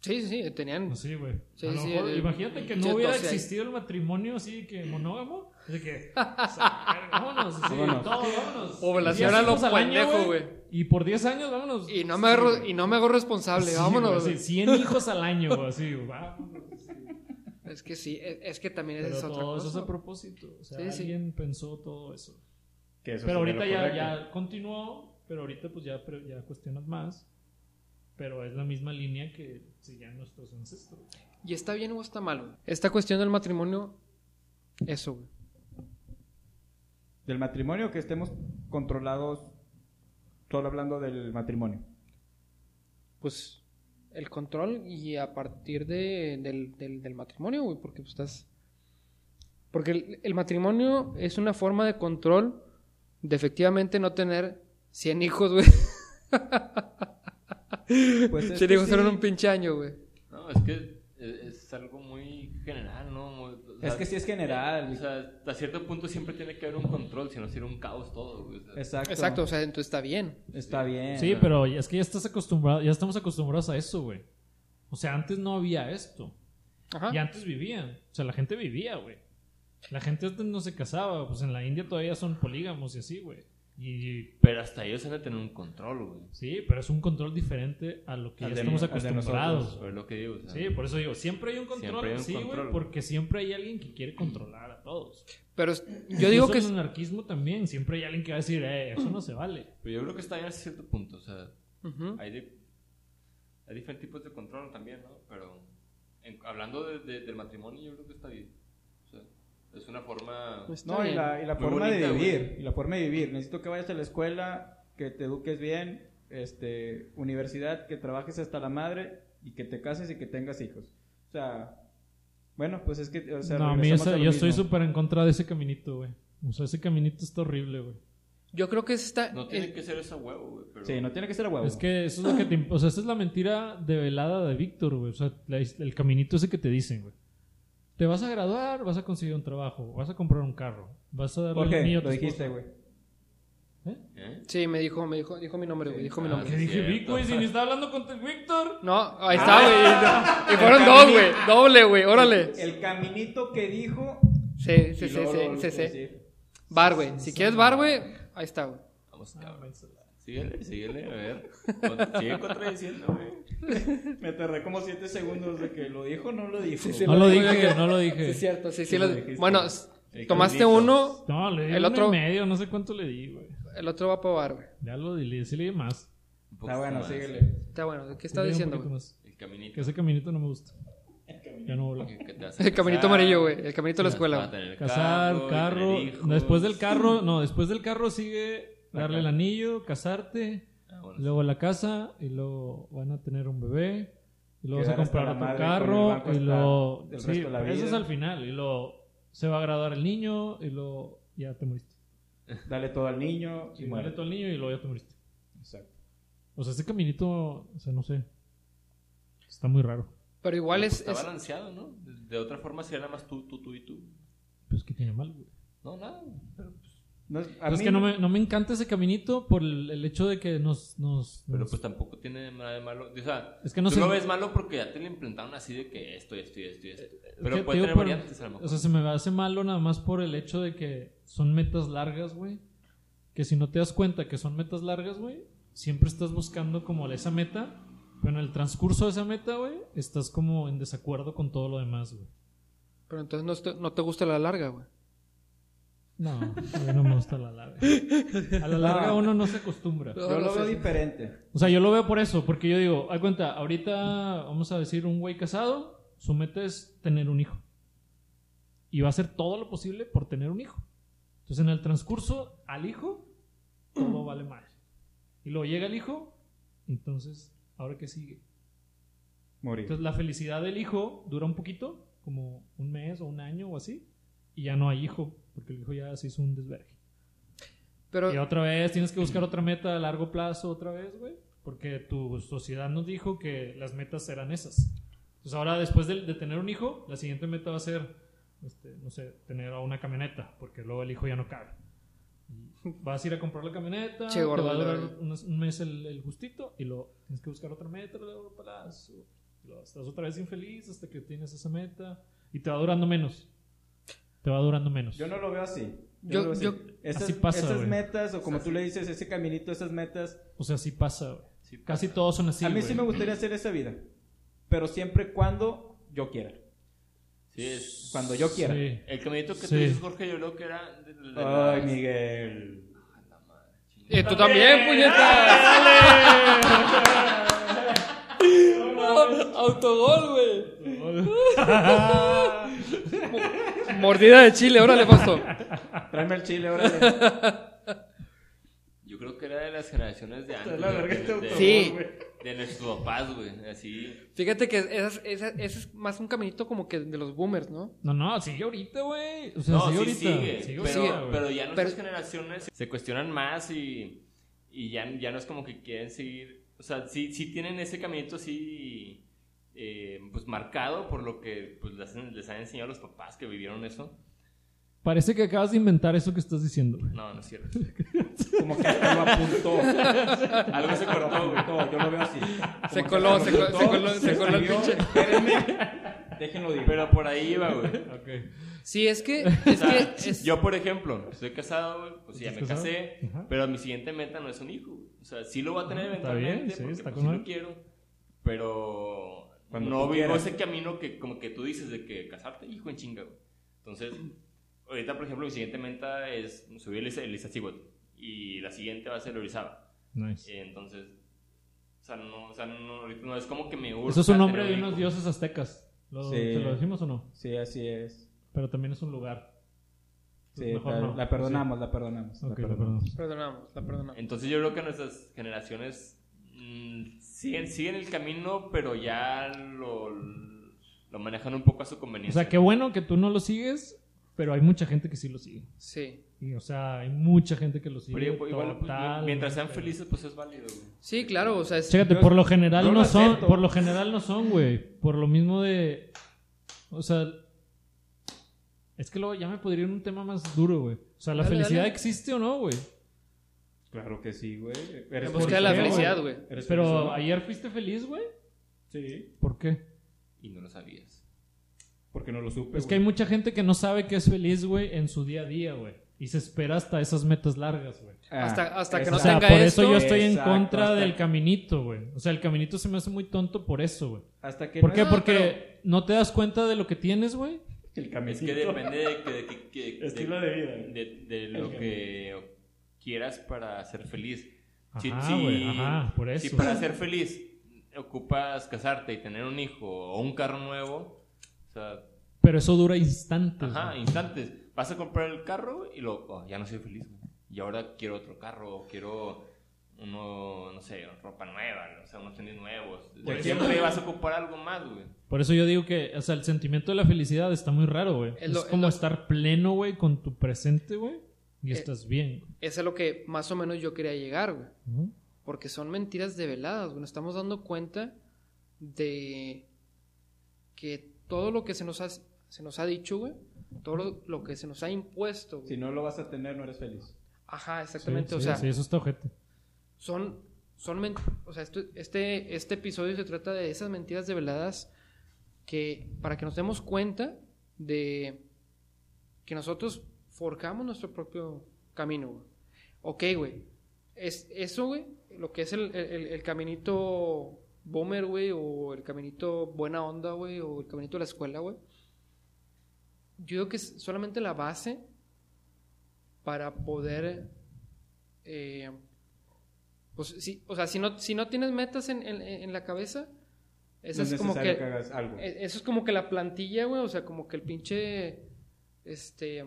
S3: Sí, sí, sí, tenían.
S4: Así, güey.
S3: Sí,
S4: A lo
S3: sí,
S4: mejor-
S3: el-
S4: imagínate que
S3: pinches
S4: no hubiera
S3: 12 años.
S4: existido el matrimonio así que monógamo. Así
S3: [LAUGHS]
S4: que. sacar, vámonos, sí,
S2: Vámonos.
S4: todos, vámonos.
S3: Población a lo
S4: 10 años al año,
S3: pendejo, güey.
S4: Y por 10 años, vámonos.
S3: Y no me hago, y no me hago responsable,
S4: Sí,
S3: vámonos.
S4: güey, así,
S3: [LAUGHS]
S4: 100 hijos al año, güey, así, va.
S3: Es que sí, es, es que también
S4: Pero
S3: es otra
S4: todo eso es
S3: cosa.
S4: a propósito. O sea,
S3: Sí, sí.
S4: alguien pensó todo eso.
S2: Que eso
S4: pero
S2: sería lo
S4: ahorita ya,
S2: correcto.
S4: ya continuó, pero ahorita pues ya, pre- ya cuestionas más. Pero es la misma línea que seguían nuestros ancestros.
S3: ¿Y está bien o está mal? güey? Esta cuestión del matrimonio, eso, güey.
S2: Del matrimonio, que estemos controlados, solo hablando del
S3: [LAUGHS]
S2: matrimonio.
S3: Pues el control y a partir de, del, del- del matrimonio, güey, porque pues, estás... Porque el, el matrimonio es una forma de control de efectivamente no tener 100 hijos, güey.
S2: Pues es
S3: 100
S2: que
S3: hijos
S2: sí.
S3: eran un pinche año, güey.
S5: No, es que es, es algo muy general, ¿no? Muy- o eh,
S2: Es que sí es general.
S5: O sea, hasta cierto punto siempre tiene que haber un control, si no sería un caos todo, güey. o sea.
S2: Exacto.
S3: Exacto, pues, o sea, entonces está bien.
S2: Está bien.
S4: Sí, pero ya- es que ya estás acostumbrado, ya estamos acostumbrados a eso, güey. O sea, antes no había esto.
S3: Ajá.
S4: Y antes vivían. O sea, la gente vivía, güey. La gente antes no se casaba. Pues en la India todavía son polígamos y así, güey. Y
S5: Pero hasta ellos han de tener un control, güey.
S4: sí, pero es un control diferente a lo que
S2: Al
S4: ya
S2: de-
S4: estamos
S2: al de nosotros.
S4: acostumbrados. güey.
S5: Eso es lo que digo, o sea.
S4: Sí, por eso digo, siempre hay un control,
S5: Siempre hay un
S4: sí, güey,
S5: control.
S4: porque siempre hay alguien que quiere controlar a todos.
S3: Pero es- yo digo
S4: Incluso
S3: que...
S4: en el anarquismo también, siempre hay alguien que va a decir, eh, eso no se vale.
S5: Pero yo creo que está bien hasta cierto punto, o sea,
S3: Ujú.
S5: hay, de- hay diferentes tipos de control también, ¿no? Pero en- hablando de- de- del matrimonio, yo creo que está bien. O sea, es una forma...
S3: Está
S2: No, y
S3: bien.
S2: la, y la
S5: Muy
S2: forma de
S5: bonita, güey.
S2: vivir. Y la forma de vivir. Necesito que vayas a la escuela, que te eduques bien, este, universidad, que trabajes hasta la madre y que te cases y que tengas hijos. O sea, bueno, pues es que. O sea,
S4: no, a mí
S2: regresamos
S4: esa-
S2: a lo
S4: yo estoy
S2: mismo.
S4: súper en contra de ese caminito, güey. O sea, ese caminito está horrible, güey.
S3: Yo creo que eh, está...
S5: No tiene que ser esa huevo, güey, pero...
S2: Sí, no tiene que ser a huevo.
S4: Es que eso es lo que te... imp- O sea, esa es la mentira develada de Víctor, güey. O sea, la- el caminito ese que te dicen, güey. Te vas a graduar, vas a conseguir un trabajo, vas a comprar un carro, vas a darle
S2: ¿Por
S4: el
S2: qué?
S4: niño a
S2: Lo
S4: tu esposa.
S2: dijiste, Ah, güey.
S5: ¿Eh?
S3: Sí, me dijo, me dijo, dijo mi nombre, güey, dijo mi
S5: Ah,
S3: nombre.
S4: Que
S5: Sí,
S4: dije,
S5: cierto.
S4: Vic, güey, si me está hablando con Víctor...
S3: No, ahí está, güey. Y fueron dos, güey. Doble, güey. Órale.
S2: El caminito que dijo.
S3: Sí,
S2: y
S3: sí, sí,
S2: luego lo-
S3: sí,
S2: lo-
S3: sí, sí.
S2: sí.
S3: Bar, güey. Si quieres bar, güey, ahí está, güey.
S5: Vamos,
S4: Ah,
S5: cabrón. Síguele, síguele,
S3: [LAUGHS]
S5: a ver. Con- Sigue contradiciendo, güey.
S2: Me tardé como 7 segundos de que lo dijo o no lo dijo.
S3: sí,
S4: No lo
S3: digo
S4: dije,
S3: yo.
S4: no lo
S3: Sí,
S4: dije. Ah,
S3: es cierto, sí, sí.
S2: Sí,
S3: lo-
S2: lo dijiste.
S3: Bueno, s- tomaste
S5: Carlitos.
S3: uno,
S4: No, le di
S3: El
S4: uno y
S3: otro-
S4: medio, no sé cuánto le di, güey.
S3: el otro va para bar, güey.
S4: Ya lo di, sí le di más.
S5: Un
S2: Está
S3: Ah,
S5: poquito
S2: Ah, bueno,
S5: más.
S2: síguele.
S3: Está bueno, ¿qué
S4: Sí
S3: está
S4: le di un
S3: diciendo,
S4: poquito
S3: güey?
S4: más.
S5: El caminito.
S4: Que ese caminito no me gusta. Ya no voy a hablar.
S5: que
S3: [LAUGHS]
S5: te vas a
S3: El caminito
S2: Ah.
S5: casar,
S3: amarillo, güey. El caminito de la
S5: vas
S3: escuela,
S5: a
S3: güey.
S5: tener
S4: Casar, carro,
S5: y tener hijos.
S4: después del carro, no, después del carro sigue darle
S2: Ajá.
S4: el anillo, casarte,
S5: Ah, bueno,
S4: luego la casa, y luego van a tener un bebé, y luego vas a
S2: Quedar hasta
S4: comprar
S2: la
S4: otro
S2: madre con el
S4: carro,
S2: banco
S4: y
S2: hasta
S4: luego...
S2: el
S4: sí,
S2: resto de la
S4: eso
S2: vida.
S4: es al final, y luego se va a graduar el niño, y luego ya te moriste.
S2: Dale todo al niño y
S4: Y
S2: muere.
S4: todo el niño y luego ya te moriste.
S2: Exacto.
S4: O sea, ese caminito, o sea, no sé. Está muy raro.
S3: Pero igual es...
S5: Está
S3: es-
S5: balanceado, ¿no? De, de otra forma sería nada más tú, tú, tú y tú.
S4: Pues que tiene mal, güey.
S5: No, nada. Pero, pues,
S2: No, a
S4: Es
S2: mí
S4: que no me, no me encanta ese caminito por el, el hecho de que nos... nos,
S5: pero
S4: nos-
S5: pues tampoco tiene nada de malo. O sea,
S4: es que no
S5: tú
S4: sé...
S5: lo Pues ves malo porque ya te lo implantaron así de que esto, esto y esto y esto.
S4: es
S5: Pero
S4: que
S5: puede
S4: te Eh, digo
S5: tener
S4: por-
S5: variantes a lo mejor.
S4: O sea, se me hace malo nada más por el hecho de que son metas largas, güey. Que si no te das cuenta que son metas largas, güey, siempre estás buscando como esa meta. Pero en el transcurso de esa meta, güey, estás como en desacuerdo con todo lo demás, güey.
S3: Pero entonces no, est- no te gusta la larga, güey.
S4: No, a mí no me gusta la larga. A la larga uno no se acostumbra.
S3: No,
S2: Yo
S3: no
S2: lo
S3: sé,
S2: veo
S3: sí.
S2: diferente.
S4: O sea, yo lo veo por eso, porque yo digo, haz cuenta, ahorita vamos a decir un güey casado, su meta es tener un hijo. Y va a hacer todo lo posible por tener un hijo. Entonces, en el transcurso al hijo, todo vale mal. Y luego llega el hijo, entonces, ¿ahora qué sigue?
S2: Morir.
S4: Entonces, la felicidad del hijo dura un poquito, como un mes o un año o así, y ya no hay hijo, porque el hijo ya se hizo un desvergue. Y
S3: Pero,
S4: otra vez tienes que buscar otra meta a largo plazo, otra vez, güey. Porque tu sociedad nos dijo que las metas eran esas. Entonces ahora después de, de tener un hijo, la siguiente meta va a ser, este, no sé, tener una camioneta, porque luego el hijo ya no cabe. Y Vas a ir a comprar la camioneta,
S3: Che,
S4: te
S3: gordo,
S4: va a
S3: la
S4: durar
S3: verdad.
S4: unos- un mes el, el gustito y luego tienes que buscar otra meta a largo plazo. Y luego Estás otra vez infeliz hasta que tienes esa meta y te va durando menos. Te va durando menos.
S2: Yo no lo veo así.
S3: Yo-
S2: lo veo así.
S3: yo-
S2: Esas,
S4: así pasa,
S2: esas
S4: güey.
S2: metas, o como tú le dices, ese caminito, esas metas,
S4: O sea, sí pasa, güey.
S5: Sí pasa.
S4: Casi todos son así.
S2: a mí
S4: güey.
S2: sí me gustaría hacer esa vida, pero siempre y cuando yo quiera.
S5: Sí, es.
S2: Cuando yo quiera.
S4: Sí.
S5: El caminito que tú
S4: Sí.
S5: dices, Jorge, yo creo que era. de- de- de
S2: Ay,
S5: las-
S2: Miguel.
S3: Y tú también, puñeta. [LAUGHS] Autogol, güey. Mordida de chile, órale, Fausto.
S2: Tráeme el chile,
S4: [LAUGHS]
S2: órale.
S5: Yo creo que era de las generaciones de antes.
S2: la
S5: güey,
S2: verga
S5: de-
S2: este
S5: de-
S2: autobús,
S3: Sí.
S2: güey.
S5: De nuestros papás, güey. Así.
S3: Fíjate que esas- esas- ese es más un caminito como que de los boomers, ¿no?
S4: No, no, sigue ahorita, güey. O sea,
S5: No, sí,
S4: sigue ahorita.
S5: sigue.
S4: Sigue
S5: pero,
S4: ahorita, güey.
S5: pero ya nuestras
S3: Pero-
S5: generaciones se cuestionan más y, y ya, ya no es como que quieren seguir. O sea, sí, sí tienen ese caminito así. eh, pues marcado por lo que pues, les, han- les han enseñado los papás que vivieron eso.
S4: Parece que acabas de inventar eso que estás diciendo, güey.
S5: No, no es cierto.
S2: Como que hasta lo apuntó. [LAUGHS]
S5: Algo se
S2: Lo
S5: cortó, güey.
S2: apuntó, yo lo veo así.
S3: Se
S2: Como
S3: coló,
S2: que
S3: se
S2: lo
S3: coló, se coló,
S2: apuntó,
S3: se coló el
S2: escribió.
S3: pinche.
S2: Espérenme, Déjenlo digo.
S5: Pero por ahí iba, güey.
S3: Sí, es
S4: [LAUGHS]
S3: que,
S5: O
S3: es
S5: sea,
S3: que es-
S5: Yo, por ejemplo, estoy casado, güey, pues sí, ya me
S4: ¿Estás casado?
S5: casé,
S4: Ajá.
S5: pero mi siguiente meta no es un hijo. güey. O sea, sí lo voy a tener
S4: Ah, está
S5: eventualmente,
S4: bien, sí,
S5: porque
S4: está
S5: pues,
S4: con
S5: sí
S4: madre.
S5: lo quiero, pero
S2: Cuando
S5: no
S2: tú
S5: vivo
S2: quieras.
S5: ese camino que como que tú dices de que casarte, hijo en chinga, güey. Entonces, ahorita, por ejemplo, mi siguiente meta es subir el Isa- el Iztaccíhuatl, y la siguiente va a ser Orizaba. Eh,
S4: Nice.
S5: Entonces, o sea, no, o sea, no, ahorita no es como que me urge.
S4: Eso es un nombre
S5: nombre
S4: de unos dioses aztecas. ¿Lo,
S2: Sí.
S4: ¿Te lo decimos o no?
S2: Sí, así es.
S4: Pero también es un lugar.
S2: Sí,
S4: Pues mejor
S2: la,
S4: no.
S2: la perdonamos, la perdonamos.
S4: Sí. Ok,
S2: la
S4: lo
S2: perdonamos.
S4: perdonamos.
S3: Perdonamos, la perdonamos.
S5: Entonces yo creo que nuestras generaciones mm, siguen, siguen el camino, pero ya lo, lo manejan un poco a su
S4: O
S5: conveniencia.
S4: sea, qué bueno que tú no lo sigues, pero hay mucha gente que sí lo sigue.
S3: Sí.
S4: Y, o sea, hay mucha gente que lo sigue.
S5: Pero igual, igual, pues,
S4: totalmente.
S5: mientras sean felices, pues es válido. güey.
S3: Sí, claro, o sea, es-
S4: Chécate, por lo general
S2: yo
S4: no
S2: lo
S4: son,
S2: acepto.
S4: por lo general no son, güey. Por lo mismo de, o sea, es que luego ya me podría ir un tema más duro, güey. O sea, la
S3: Dale,
S4: felicidad
S3: dale.
S4: existe o no, güey.
S2: Claro que sí, güey.
S3: en
S2: Eres
S3: busca de la
S4: Pero-
S2: feliz,
S3: felicidad, güey.
S2: güey. Eres
S4: Pero
S2: feliz, ¿no?
S4: ayer fuiste feliz, güey.
S2: Sí,
S4: ¿Por qué?
S5: Y no lo sabías.
S2: porque no lo supe.
S4: Es que hay mucha gente que no sabe que es feliz, güey, en su día a día, güey. Y se espera hasta esas metas largas, güey.
S2: Ah,
S3: hasta- hasta que
S4: O
S3: no
S4: sea,
S3: tenga
S4: por
S3: esto.
S4: eso yo estoy en
S2: Exacto,
S4: contra
S2: hasta-
S4: del caminito, güey. O sea, el caminito se me hace muy tonto por eso, güey.
S2: Hasta que
S4: ¿Por
S2: no
S4: qué?
S2: es
S4: Porque no te das cuenta de lo que tienes, güey.
S2: el camino.
S5: Es que depende de, que- de que- que- de-
S2: Estilo de vida.
S5: de- de lo
S2: El
S5: que quieras para ser feliz. Si-
S4: Ajá,
S5: si-
S4: güey. Ajá, por eso.
S5: Si para ser feliz ocupas casarte y tener un hijo o un carro nuevo, o sea,
S4: Pero eso dura instantes.
S5: Ajá,
S4: güey.
S5: instantes. Vas a comprar el carro y lo, oh, ya no soy feliz. güey. Y ahora quiero otro carro, o quiero uno, no sé, ropa nueva, o sea, unos tenis nuevos.
S2: Por eso-
S5: Siempre vas a ocupar algo más, güey.
S4: Por eso yo digo que, o sea, el sentimiento de la felicidad está muy raro, güey.
S3: Es
S4: Es,
S3: lo- es
S4: como
S3: lo-
S4: estar pleno, güey, con tu presente, güey. Y
S3: Eh,
S4: estás bien.
S3: Eso es lo que más o menos yo quería llegar, güey.
S4: Ujú.
S3: Porque son mentiras develadas, güey. Nos estamos dando cuenta de que todo lo que se nos ha, se nos ha dicho, güey, todo lo, lo que se nos ha impuesto, güey.
S2: Si no lo vas a tener, no eres feliz.
S3: Ajá,
S4: Sí,
S3: exactamente. o
S4: sí,
S3: sea,
S4: sí, eso está ojete.
S3: son, son men- o sea, esto- este, este episodio se trata de esas mentiras develadas que para que nos demos cuenta de que nosotros forjamos nuestro propio camino. güey. Ok, güey. Es, eso, güey, lo que es el, el- el caminito boomer, güey, o el caminito buena onda, güey, o el caminito de la escuela, güey. Yo creo que es solamente la base para poder eh, pues sí, o sea, si no, si no tienes metas en, en- en la cabeza, esa
S2: no es
S3: es como
S2: necesario
S3: que,
S2: que, hagas algo.
S3: e- Eso es como que la plantilla, güey, o sea, como que el pinche, este,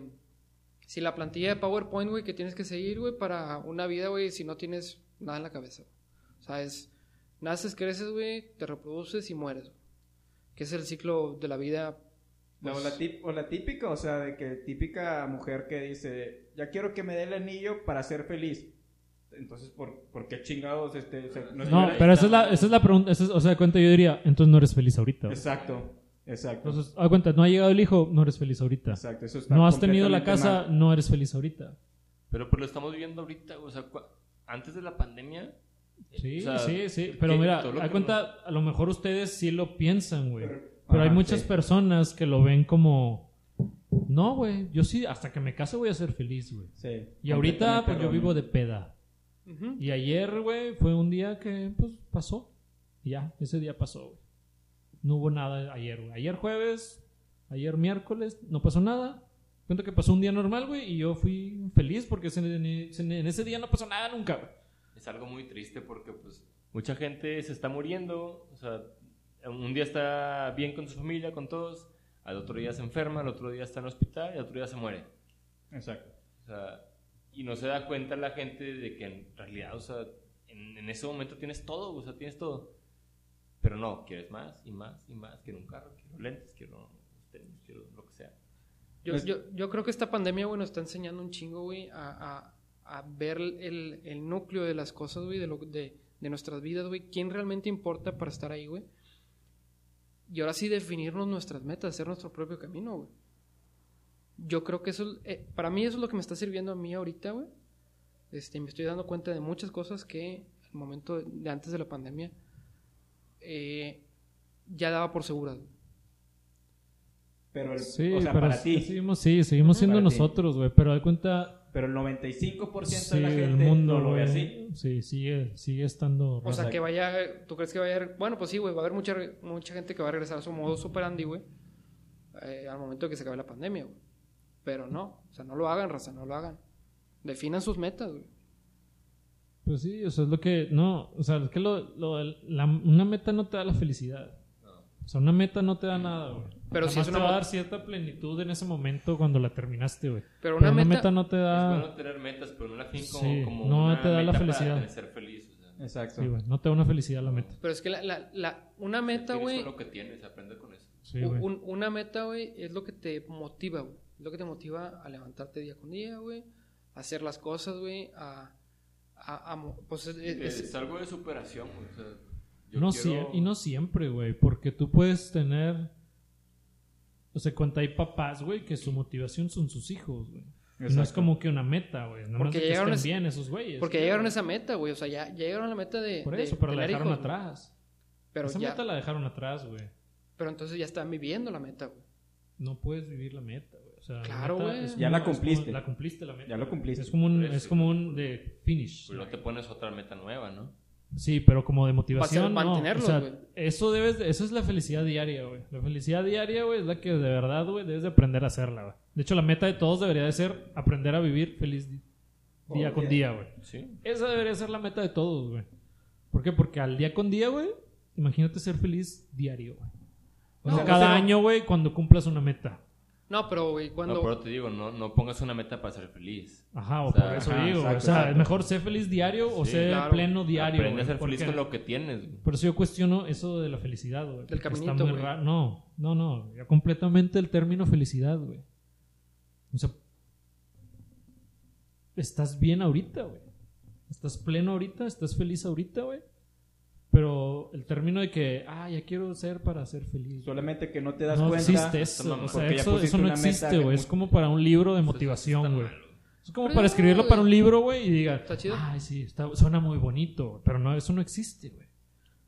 S3: si la plantilla de PowerPoint, güey, que tienes que seguir, güey, para una vida, güey, si no tienes nada en la cabeza. güey. O sea, es, naces, creces, güey, te reproduces y mueres. güey. Que es el ciclo de la vida.
S2: No,
S3: pues,
S2: la tip- o la típica, o sea, de que típica mujer que dice, ya quiero que me dé el anillo para ser feliz. Entonces, ¿por, por qué chingados? Este, o sea, no es
S4: No,
S2: verdad?
S4: pero esa es la, esa es la pregunta. esa es- o sea, cuenta, yo diría, entonces no eres feliz ahorita. güey.
S2: Exacto, exacto.
S4: Entonces, a cuenta, no ha llegado el hijo, no eres feliz ahorita.
S2: exacto eso está
S4: No has tenido la
S2: completamente
S4: casa,
S2: mal.
S4: no eres feliz ahorita.
S5: Pero pues lo estamos viviendo ahorita, güey. o sea, cua- antes de la pandemia,
S4: Sí,
S5: O sea,
S4: sí, sí.
S5: que
S4: Pero mira,
S5: todo lo
S4: a
S5: que
S4: cuenta, a lo mejor ustedes sí lo piensan, güey. Pero,
S2: Ajá,
S4: hay muchas
S2: sí.
S4: personas que lo ven como, no, güey, yo sí, hasta que me case voy a ser feliz, güey.
S2: Sí.
S4: Y ahorita, pues yo
S2: Completamente
S4: vivo
S2: erróneo.
S4: de peda.
S3: Ujú.
S4: Y ayer, güey, fue un día que, pues, pasó. Y Ya, ese día pasó, güey. No hubo nada ayer, güey. Ayer jueves, ayer miércoles, no pasó nada. Cuento que pasó un día normal, güey, y yo fui feliz porque ese- en en ese día no pasó nada nunca, güey.
S5: es algo muy triste porque pues mucha gente se está muriendo, o sea, un día está bien con su familia, con todos, al otro día se enferma, al otro día está en el hospital y al otro día se muere.
S2: Exacto.
S5: O sea, y no se da cuenta la gente de que en realidad, o sea, en, en ese momento tienes todo, o sea, tienes todo. Pero no, quieres más y más y más. Quiero un carro, quiero lentes, quiero tenis, quiero lo que sea.
S3: Yo,
S2: Pues-
S3: yo, yo creo que esta pandemia, güey, nos está enseñando un chingo, güey, a, a- a ver el, el núcleo de las cosas, güey, de, lo- de, de nuestras vidas, güey. ¿Quién realmente importa para estar ahí, güey? Y ahora sí definirnos nuestras metas, hacer nuestro propio camino, güey. Yo creo que eso, es- eh, para mí eso es lo que me está sirviendo a mí ahorita, güey. Este, me estoy dando cuenta de muchas cosas que al momento de antes de la pandemia eh, ya daba por seguras. güey.
S2: Pero el,
S4: Sí,
S2: o sea,
S4: pero
S2: para ti.
S4: Seguimos, sí, seguimos siendo
S2: Para ti.
S4: nosotros, güey. Pero da cuenta.
S2: Pero el 95%
S4: Sí,
S2: de la
S4: el
S2: gente
S4: mundo,
S2: no lo ve
S4: güey.
S2: así.
S4: Sí, sigue, sigue estando.
S3: O sea,
S2: Exacto.
S3: que vaya, ¿tú crees que vaya a haber? Bueno, pues sí, güey, va a haber mucha, mucha gente que va a regresar a su modo superandi, güey, eh, al momento de que se acabe la pandemia, güey. Pero no, o sea, no lo hagan, raza, no lo hagan. Definan sus metas, güey.
S4: Pues sí, o sea, es lo que. No, o sea, es que lo, lo- la- una meta no te da la felicidad. O sea, una meta no te da nada, güey.
S3: Pero si
S4: Nada
S3: es
S4: más
S3: una
S4: te va a
S3: mo-
S4: dar cierta plenitud en ese momento cuando la terminaste, güey.
S3: Pero una meta-
S4: no te
S5: Es
S4: da.
S5: bueno tener metas, pero no la fin como,
S4: Ah. Sí,
S5: como
S4: no
S5: una
S4: te da la
S5: meta para
S4: felicidad.
S5: ser feliz. O sea,
S2: Exacto.
S4: Sí, güey, no te da una felicidad la meta.
S3: Pero es que la, la- la- una meta,
S5: vives
S3: güey,
S5: con lo que tienes, aprende con eso.
S4: Sí,
S3: u-
S4: güey.
S3: un- una meta, güey, es lo que te motiva, güey. Es lo que te motiva a levantarte día con día, güey, a hacer las cosas, güey, a, a- a mo- pues es-
S5: Es,
S3: es- es-
S5: algo de superación, güey. O sea, yo
S4: No
S5: quiero-
S4: sie- y no siempre, güey, porque tú puedes tener... O sea, cuenta hay papás, güey, que su motivación son sus hijos, güey. Y No es
S2: Exacto.
S4: como que una meta, güey. Nada más
S3: Porque
S4: de que
S3: llegaron
S4: estén
S3: a ese-
S4: bien esos güeyes.
S3: porque ya llegaron a esa meta, güey, o sea, ya, ya llegaron a la meta de...
S4: Por
S3: de
S4: eso, pero la
S3: tener
S4: dejaron
S3: hijos, güey.
S4: atrás.
S3: Pero
S4: esa
S3: ya,
S4: meta la dejaron atrás, güey.
S3: Pero entonces ya están viviendo la meta, güey.
S4: No puedes vivir la meta, güey. O sea, la
S3: Claro,
S4: meta
S3: güey.
S4: es
S2: Ya la
S4: es como-
S2: cumpliste.
S4: la cumpliste la meta.
S2: Ya lo
S4: güey.
S2: cumpliste.
S4: Es como un,
S5: Por eso.
S4: es como un de finish.
S5: Pues no te pones otra meta nueva, ¿no?
S4: Sí, pero como de motivación.
S3: Para ser-
S4: no.
S3: mantenerlos,
S4: O sea,
S3: güey.
S4: eso debes, de- eso es la felicidad diaria, güey. La felicidad diaria, güey, es la que de verdad, güey, debes de aprender a hacerla, güey. De hecho, la meta de todos debería de ser aprender a vivir feliz di- día
S2: Oh,
S4: con
S2: yeah.
S4: día, güey.
S5: Sí.
S4: Esa debería ser la meta de todos, güey. ¿Por qué? Porque al día con día, güey, imagínate ser feliz diario, güey. O
S2: No,
S4: sea,
S2: no
S4: cada
S2: sé, no.
S4: año, güey, cuando cumplas una meta.
S3: No, pero, güey, cuando...
S5: No, pero te digo, no, no pongas una meta para ser feliz.
S4: Ajá, o,
S5: O sea,
S4: por eso
S2: ajá,
S4: digo, güey.
S2: exacto,
S4: O sea,
S2: exacto.
S4: es mejor ser feliz diario o
S5: Sí,
S4: ser
S3: claro.
S4: pleno diario.
S5: Aprende a
S4: güey,
S5: ser feliz
S4: porque-
S5: con lo que tienes, güey.
S4: Por eso yo cuestiono eso de la felicidad,
S3: Del
S4: güey. porque está
S3: caminito,
S4: muy
S3: güey.
S4: ra- No, no, no. Ya completamente el término felicidad, güey. O sea, estás bien ahorita, güey. Estás pleno ahorita, estás feliz ahorita, güey. Pero el término de que, ah, ya quiero ser para ser feliz. güey,
S2: Solamente que no te das
S4: no
S2: cuenta.
S4: existe
S5: esa
S4: eso.
S5: mamá,
S4: O sea,
S2: porque ya
S4: eso,
S2: pusiste
S4: eso no
S2: una meta
S4: existe,
S2: que
S4: güey. Es
S2: mucho-
S4: como para un libro de
S5: Está
S4: motivación, güey.
S5: mal,
S4: Es como
S3: Pero
S4: para
S3: no,
S4: escribirlo
S3: güey.
S4: para un libro, güey, y diga,
S3: Está chido.
S4: ay, sí, está, suena muy bonito, güey", pero no, eso no existe, güey.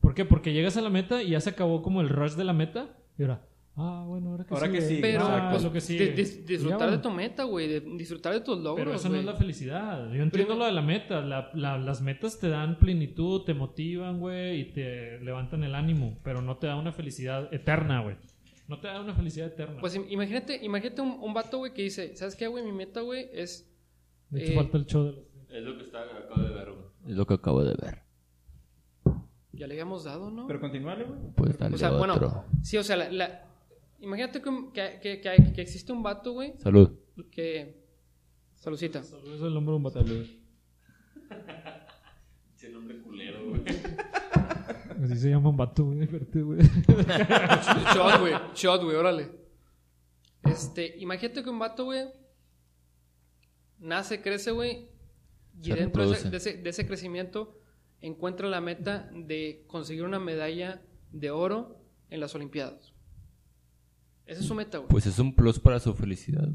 S4: ¿Por qué? Porque llegas a la meta y ya se acabó como el rush de la meta y ahora, ah, bueno, ahora que
S2: Ahora que
S4: sigue,
S2: sigue,
S3: Pero,
S4: ah,
S2: exacto.
S4: lo que
S3: pues,
S4: sigue".
S3: di- dis-
S4: Y ya,
S3: disfrutar de
S4: bueno.
S3: tu meta, güey, de- disfrutar de tus logros,
S4: Pero eso no
S3: güey.
S4: es la felicidad. Yo entiendo lo de la meta. la- la- las metas te dan plenitud, te motivan, güey, y te levantan el ánimo. Pero no te da una felicidad eterna, güey. No te da una felicidad eterna.
S3: Pues im- imagínate, imagínate un, un vato, güey, que dice, ¿sabes qué, güey? Mi meta, güey, es...
S4: de hecho,
S3: eh,
S4: falta el show de los-
S5: Es lo que está, acabo de ver, güey. Es lo que acabo de ver.
S3: Ya le habíamos dado, ¿no?
S2: Pero continúale, güey.
S5: Pues
S3: o sea, bueno, sí, o sea, la, la- imagínate que, un- que, que- que- que existe un vato, güey,
S5: Salud.
S3: que... Salucita.
S4: Saludos al hombro de un vato.
S5: [LAUGHS] Ese nombre culero, güey.
S4: [LAUGHS] Así se llama un vato, güey. Verte, güey.
S3: Shot, güey. Shot, güey, órale. Este, imagínate que un vato, güey, nace, crece, güey, y
S5: Se
S3: dentro de ese,
S5: reproduce.
S3: de ese- de ese crecimiento encuentra la meta de conseguir una medalla de oro en las Olimpiadas. Esa es su meta, güey.
S5: Pues es un plus para su felicidad.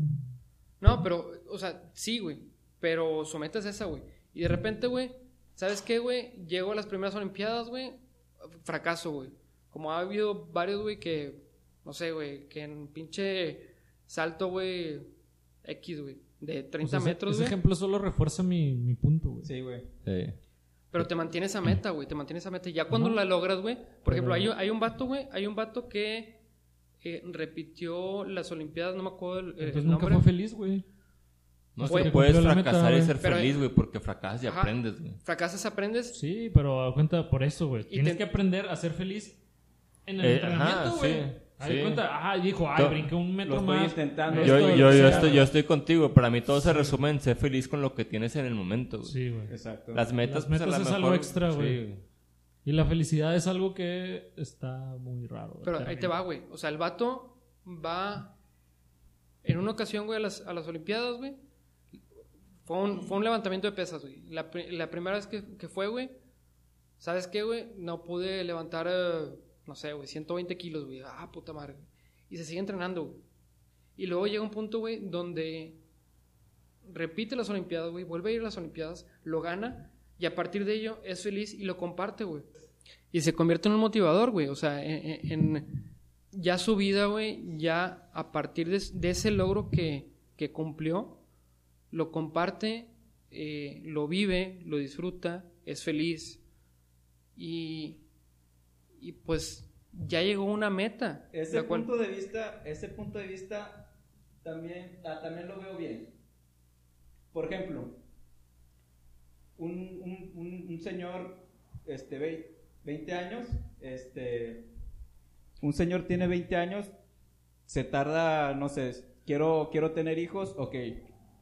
S3: No, pero, o sea, sí, güey. Pero su meta es esa, güey. Y de repente, güey, ¿Sabes qué, güey? Llego a las primeras Olimpiadas, güey. Fracaso, güey. Como ha habido varios, güey, que. No sé, güey. Que en pinche salto, güey. X, güey. De 30
S4: O sea, Pues ese-
S3: metros,
S4: Ese
S3: güey.
S4: ejemplo solo refuerza mi, mi punto, güey.
S2: Sí, güey.
S6: Sí.
S3: Pero te mantienes a meta, güey. Te mantienes a meta. Y ya cuando
S4: Ajá.
S3: la logras, güey. Por ejemplo, hay,
S4: Pero-
S3: hay un vato, güey. Hay un vato que eh, repitió las Olimpiadas, no me acuerdo el, el
S4: Entonces nunca
S3: nombre.
S4: fue feliz, güey.
S5: No
S3: Güey.
S5: sé, puedes
S4: Cumplió la meta,
S5: fracasar y
S4: güey.
S5: ser
S3: Pero-
S5: feliz, güey, porque fracasas y
S3: Ajá.
S5: aprendes, güey.
S3: Fracasas, aprendes.
S4: Sí, pero a cuenta por eso, güey. Tienes
S3: te-
S4: que aprender a ser feliz en el
S5: Eh,
S4: entrenamiento,
S5: ajá,
S4: güey.
S5: sí,
S4: A
S5: sí.
S4: cuenta, ah, dijo, ay,
S5: To-
S4: brinqué un metro
S2: lo estoy
S4: más.
S2: intentando.
S4: Esto,
S5: Yo,
S4: lo
S5: yo,
S4: que
S5: yo,
S4: sea,
S5: estoy,
S4: güey.
S5: yo estoy contigo. Para mí todo se resume en ser feliz con lo que tienes en el momento. güey.
S4: Sí, güey.
S2: Exacto.
S5: Las metas,
S4: Las
S5: pues, a
S4: metas
S5: lo
S4: es algo
S5: mejor-
S4: extra,
S5: sí,
S4: güey. Y la felicidad es algo que está muy raro. güey.
S3: Pero ahí te va, güey. O sea, el vato va. En una ocasión, güey, a las, a las Olimpiadas, güey. Fue un, fue un levantamiento de pesas, güey. La, pri- la primera vez que, que fue, güey. ¿Sabes qué, güey? No pude levantar, eh, no sé, güey, 120 kilos, güey. Ah, puta madre. Y se sigue entrenando, güey. Y luego llega un punto, güey, donde repite las Olimpiadas, güey. Vuelve a ir a las Olimpiadas, lo gana. Y a partir de ello es feliz y lo comparte, güey. Y se convierte en un motivador, güey. O sea, en, en- en- ya su vida, güey, ya a partir de, de ese logro que, que cumplió, lo comparte, eh, lo vive, lo disfruta, es feliz. Y, y pues ya llegó a una meta.
S2: Ese
S3: la cual-
S2: punto de vista, ese punto de vista también, ah, también lo veo bien. Por ejemplo, un, un- un- un señor, este, vei- 20 años, este, un señor tiene 20 años, se tarda, no sé, es- quiero, quiero tener hijos, ok,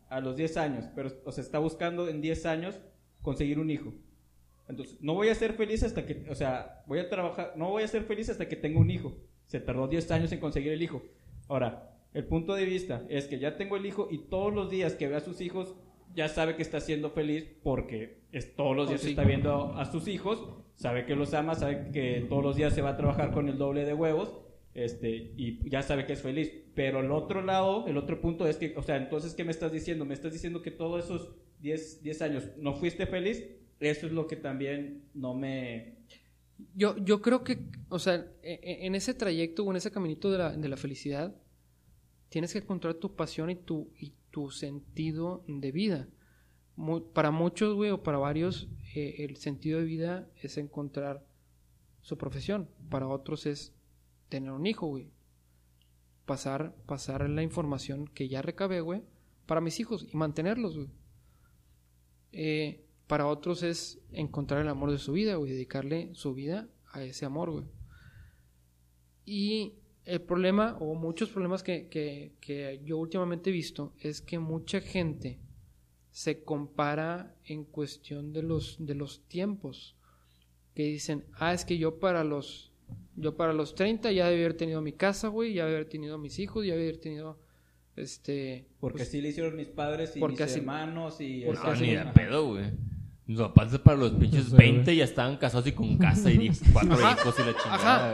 S2: a los 10 años, pero o se está buscando en 10 años conseguir un hijo. Entonces, no voy a ser feliz hasta que, o sea, voy a trabajar, no voy a ser feliz hasta que tenga un hijo. Se tardó 10 años en conseguir el hijo. Ahora, el punto de vista es que ya tengo el hijo y todos los días que ve a sus hijos, ya sabe que está siendo feliz porque es, todos los días
S3: sí.
S2: está viendo a, a sus hijos, sabe que los ama, sabe que todos los días se va a trabajar con el doble de huevos. Este, y ya sabe que es feliz. Pero el otro lado, el otro punto es que, o sea, entonces, ¿qué me estás diciendo? Me estás diciendo que todos esos 10, 10 años no fuiste feliz. Eso es lo que también no me...
S3: Yo, yo creo que, o sea, e- e- en ese trayecto o en ese caminito de la, de la felicidad, tienes que encontrar tu pasión y tu, y tu sentido de vida. Mu- para muchos, güey, o para varios, eh, el sentido de vida es encontrar su profesión. Para otros es tener un hijo, güey. Pasar, pasar la información que ya recabé, güey, para mis hijos y mantenerlos, güey. Eh, para otros es encontrar el amor de su vida, güey, dedicarle su vida a ese amor, güey. Y el problema, o muchos problemas que, que- que yo últimamente he visto, es que mucha gente se compara en cuestión de los, de los tiempos. Que dicen, ah, es que yo para los, yo para los 30 ya debí haber tenido mi casa, güey, ya debí haber tenido mis hijos, ya debí haber tenido, este...
S2: Porque
S3: pues,
S2: así le hicieron mis padres y
S3: porque
S2: mis
S3: así-
S2: hermanos y...
S3: porque
S5: No,
S3: así-
S5: ni de
S2: Ajá.
S5: pedo, güey. Mis papás para los pinches
S4: Sí,
S5: 20
S4: Pues, güey.
S5: ya estaban casados y con casa y cuatro
S3: Ajá.
S5: hijos y la chingada.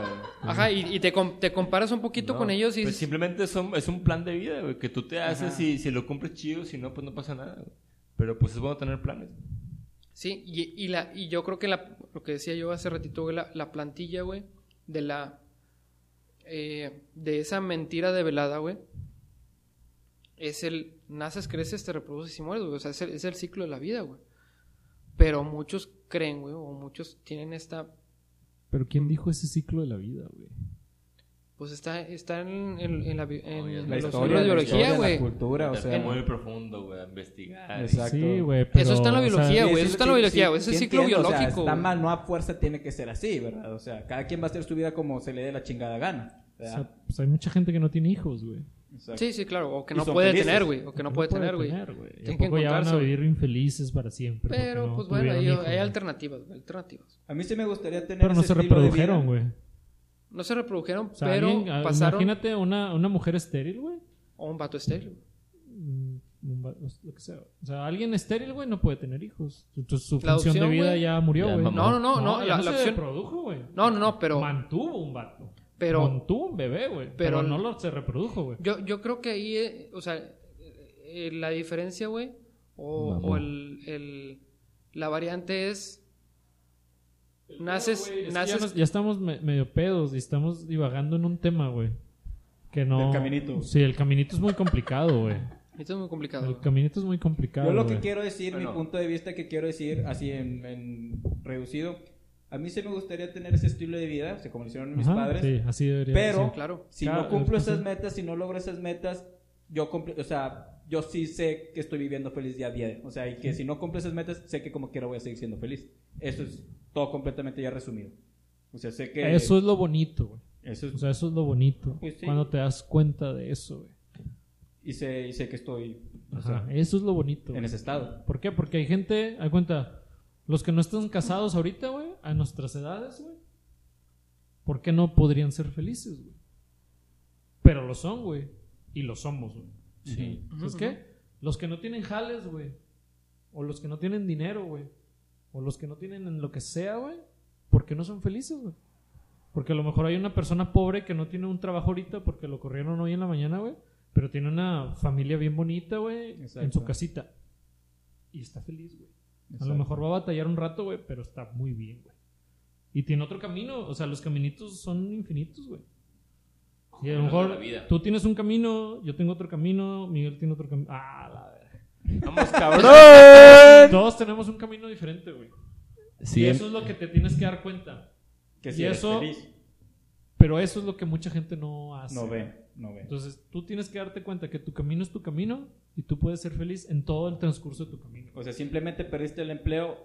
S3: Ajá.
S5: güey.
S3: Ajá, y, y te, com- te comparas un poquito
S5: No,
S3: con ellos y
S5: pues
S3: dices,
S5: simplemente son- es un plan de vida, güey, que tú te haces
S2: Ajá.
S5: y si lo cumples chido, si no, pues no pasa nada, güey. Pero pues es bueno tener planes.
S3: Sí, y, y la, y yo creo que la, lo que decía yo hace ratito, güey, la, la plantilla, güey, de la. eh, de esa mentira develada, güey, es el. Naces, creces, te reproduces y mueres, güey. O sea, es el, es el ciclo de la vida, güey. Pero muchos creen, güey, o muchos tienen esta.
S4: Pero ¿quién dijo ese ciclo de la vida, güey?
S3: Pues está, está en, en- en la, bi- en
S5: Oye,
S3: los
S5: la
S3: libros de
S2: la
S3: biología,
S2: historia,
S3: güey.
S2: La cultura, o
S5: Te
S2: sea...
S5: muy profundo, güey, a investigar.
S2: Exacto.
S4: Sí, güey, pero,
S3: Eso está en la
S4: o sea,
S3: biología, güey. Eso está en la
S2: sí,
S3: biología,
S2: sí,
S3: güey. Ese
S2: sí
S3: ciclo
S2: entiendo, o sea,
S3: biológico,
S2: está
S3: güey.
S2: mal, no a fuerza tiene que ser así, ¿verdad? O sea, cada quien va a hacer su vida como se le dé la chingada gana.
S4: o
S2: ¿verdad?
S4: sea, pues hay mucha gente que no tiene hijos, güey.
S2: Exacto.
S3: Sí, sí, claro. O que
S2: Y
S3: no
S2: son
S3: puede
S2: felices.
S3: tener, güey. O que no puede tener, güey.
S4: güey.
S3: Tienen que
S4: Tampoco ya van a
S3: encontrarse,
S4: vivir infelices para siempre. porque
S3: Pero,
S4: no
S3: pues bueno,
S4: tuvieron
S3: hay,
S4: hijos,
S3: hay
S4: güey.
S3: alternativas, güey, alternativas.
S2: A mí sí me gustaría tener
S4: Pero no
S2: ese
S4: se
S2: estilo de vida.
S4: reprodujeron, güey.
S3: No se reprodujeron,
S4: O sea,
S3: pero
S4: alguien- a-
S3: pasaron
S4: Imagínate una, una mujer estéril, güey.
S3: a un vato estéril.
S4: Mm, un va- o sea, lo que sea. O sea, alguien estéril, güey, no puede tener hijos. Entonces, su
S3: La
S4: función
S3: opción,
S4: de vida
S3: güey.
S4: ya murió,
S5: Ya,
S4: güey.
S5: mamá.
S3: No, no, no, no, la,
S4: ya no
S3: la
S4: se
S3: opción.
S4: reprodujo, güey.
S3: No, no, no, pero
S4: Mantuvo un vato.
S3: pero
S4: Mantuvo un bebé, güey.
S3: pero-
S4: Pero, no lo se reprodujo, güey.
S3: yo, yo creo que ahí, eh, o sea, eh, eh, la diferencia, güey, o, o el, el- La variante es.
S4: El
S3: Naces-
S4: pedo, güey, es que
S3: naces-
S4: Ya, nos- ya estamos me- medio pedos y estamos divagando en un tema, güey. Que no.
S2: Del caminito.
S4: Sí, el caminito es muy complicado, güey.
S3: Esto es muy complicado.
S4: El caminito es muy complicado.
S2: Yo lo que
S4: güey.
S2: quiero decir,
S5: Bueno.
S2: mi punto de vista que quiero decir, así en, en reducido, a mí sí me gustaría tener ese estilo de vida, o sea, como lo hicieron mis
S4: Ajá,
S2: padres.
S4: Sí, así debería
S2: pero-
S4: ser.
S3: Claro.
S2: Si
S4: Claro,
S2: no cumplo
S4: pues,
S2: esas
S4: sí.
S2: metas, si no logro esas metas, yo cumplo, o sea, yo sí sé que estoy viviendo feliz día a día. O sea, y que si no cumplo esas metas, sé que como quiera voy a seguir siendo feliz. Eso es todo completamente ya resumido. O sea, sé que
S4: Eso es lo bonito, güey.
S2: eso es-
S4: O sea, eso es lo bonito.
S2: Pues sí.
S4: Cuando te das cuenta de eso, güey.
S2: y sé y sé que estoy o
S4: Ajá,
S2: sea,
S4: eso es lo bonito.
S2: en
S4: güey.
S2: ese
S4: [LAUGHS]
S2: estado.
S4: ¿Por qué? Porque hay gente, hay cuenta, los que no están casados ahorita, güey, a nuestras edades, güey, ¿por qué no podrían ser felices, güey? Pero lo son, güey, y lo somos, güey.
S2: Sí.
S4: ¿Sabes
S3: Ujú, ujú.
S4: qué? Los que no tienen jales, güey, o los que no tienen dinero, güey, o los que no tienen en lo que sea, güey, ¿por qué no son felices, güey? Porque a lo mejor hay una persona pobre que no tiene un trabajo ahorita porque lo corrieron hoy en la mañana, güey, pero tiene una familia bien bonita, güey, en
S2: Exacto.
S4: su casita. Y está feliz, güey. A lo mejor va a batallar un rato, güey, pero está muy bien, güey. Y tiene otro camino, o sea, los caminitos son infinitos, güey. Y a lo
S5: Caminos de
S4: mejor
S5: la vida.
S4: tú tienes un camino, yo tengo otro camino, Miguel tiene otro camino. Ah, la verga.
S5: Vamos, cabrón.
S2: Eh.
S4: Todos tenemos un camino diferente, güey. Y eso es lo que te tienes que dar cuenta.
S2: que
S4: y
S2: si eres
S4: eso-
S2: feliz,
S4: Pero eso es lo que mucha gente no hace.
S2: no ve, no ve.
S4: Entonces, tú tienes que darte cuenta que tu camino es tu camino y tú puedes ser feliz en todo el transcurso de tu camino.
S2: O sea, simplemente perdiste el empleo.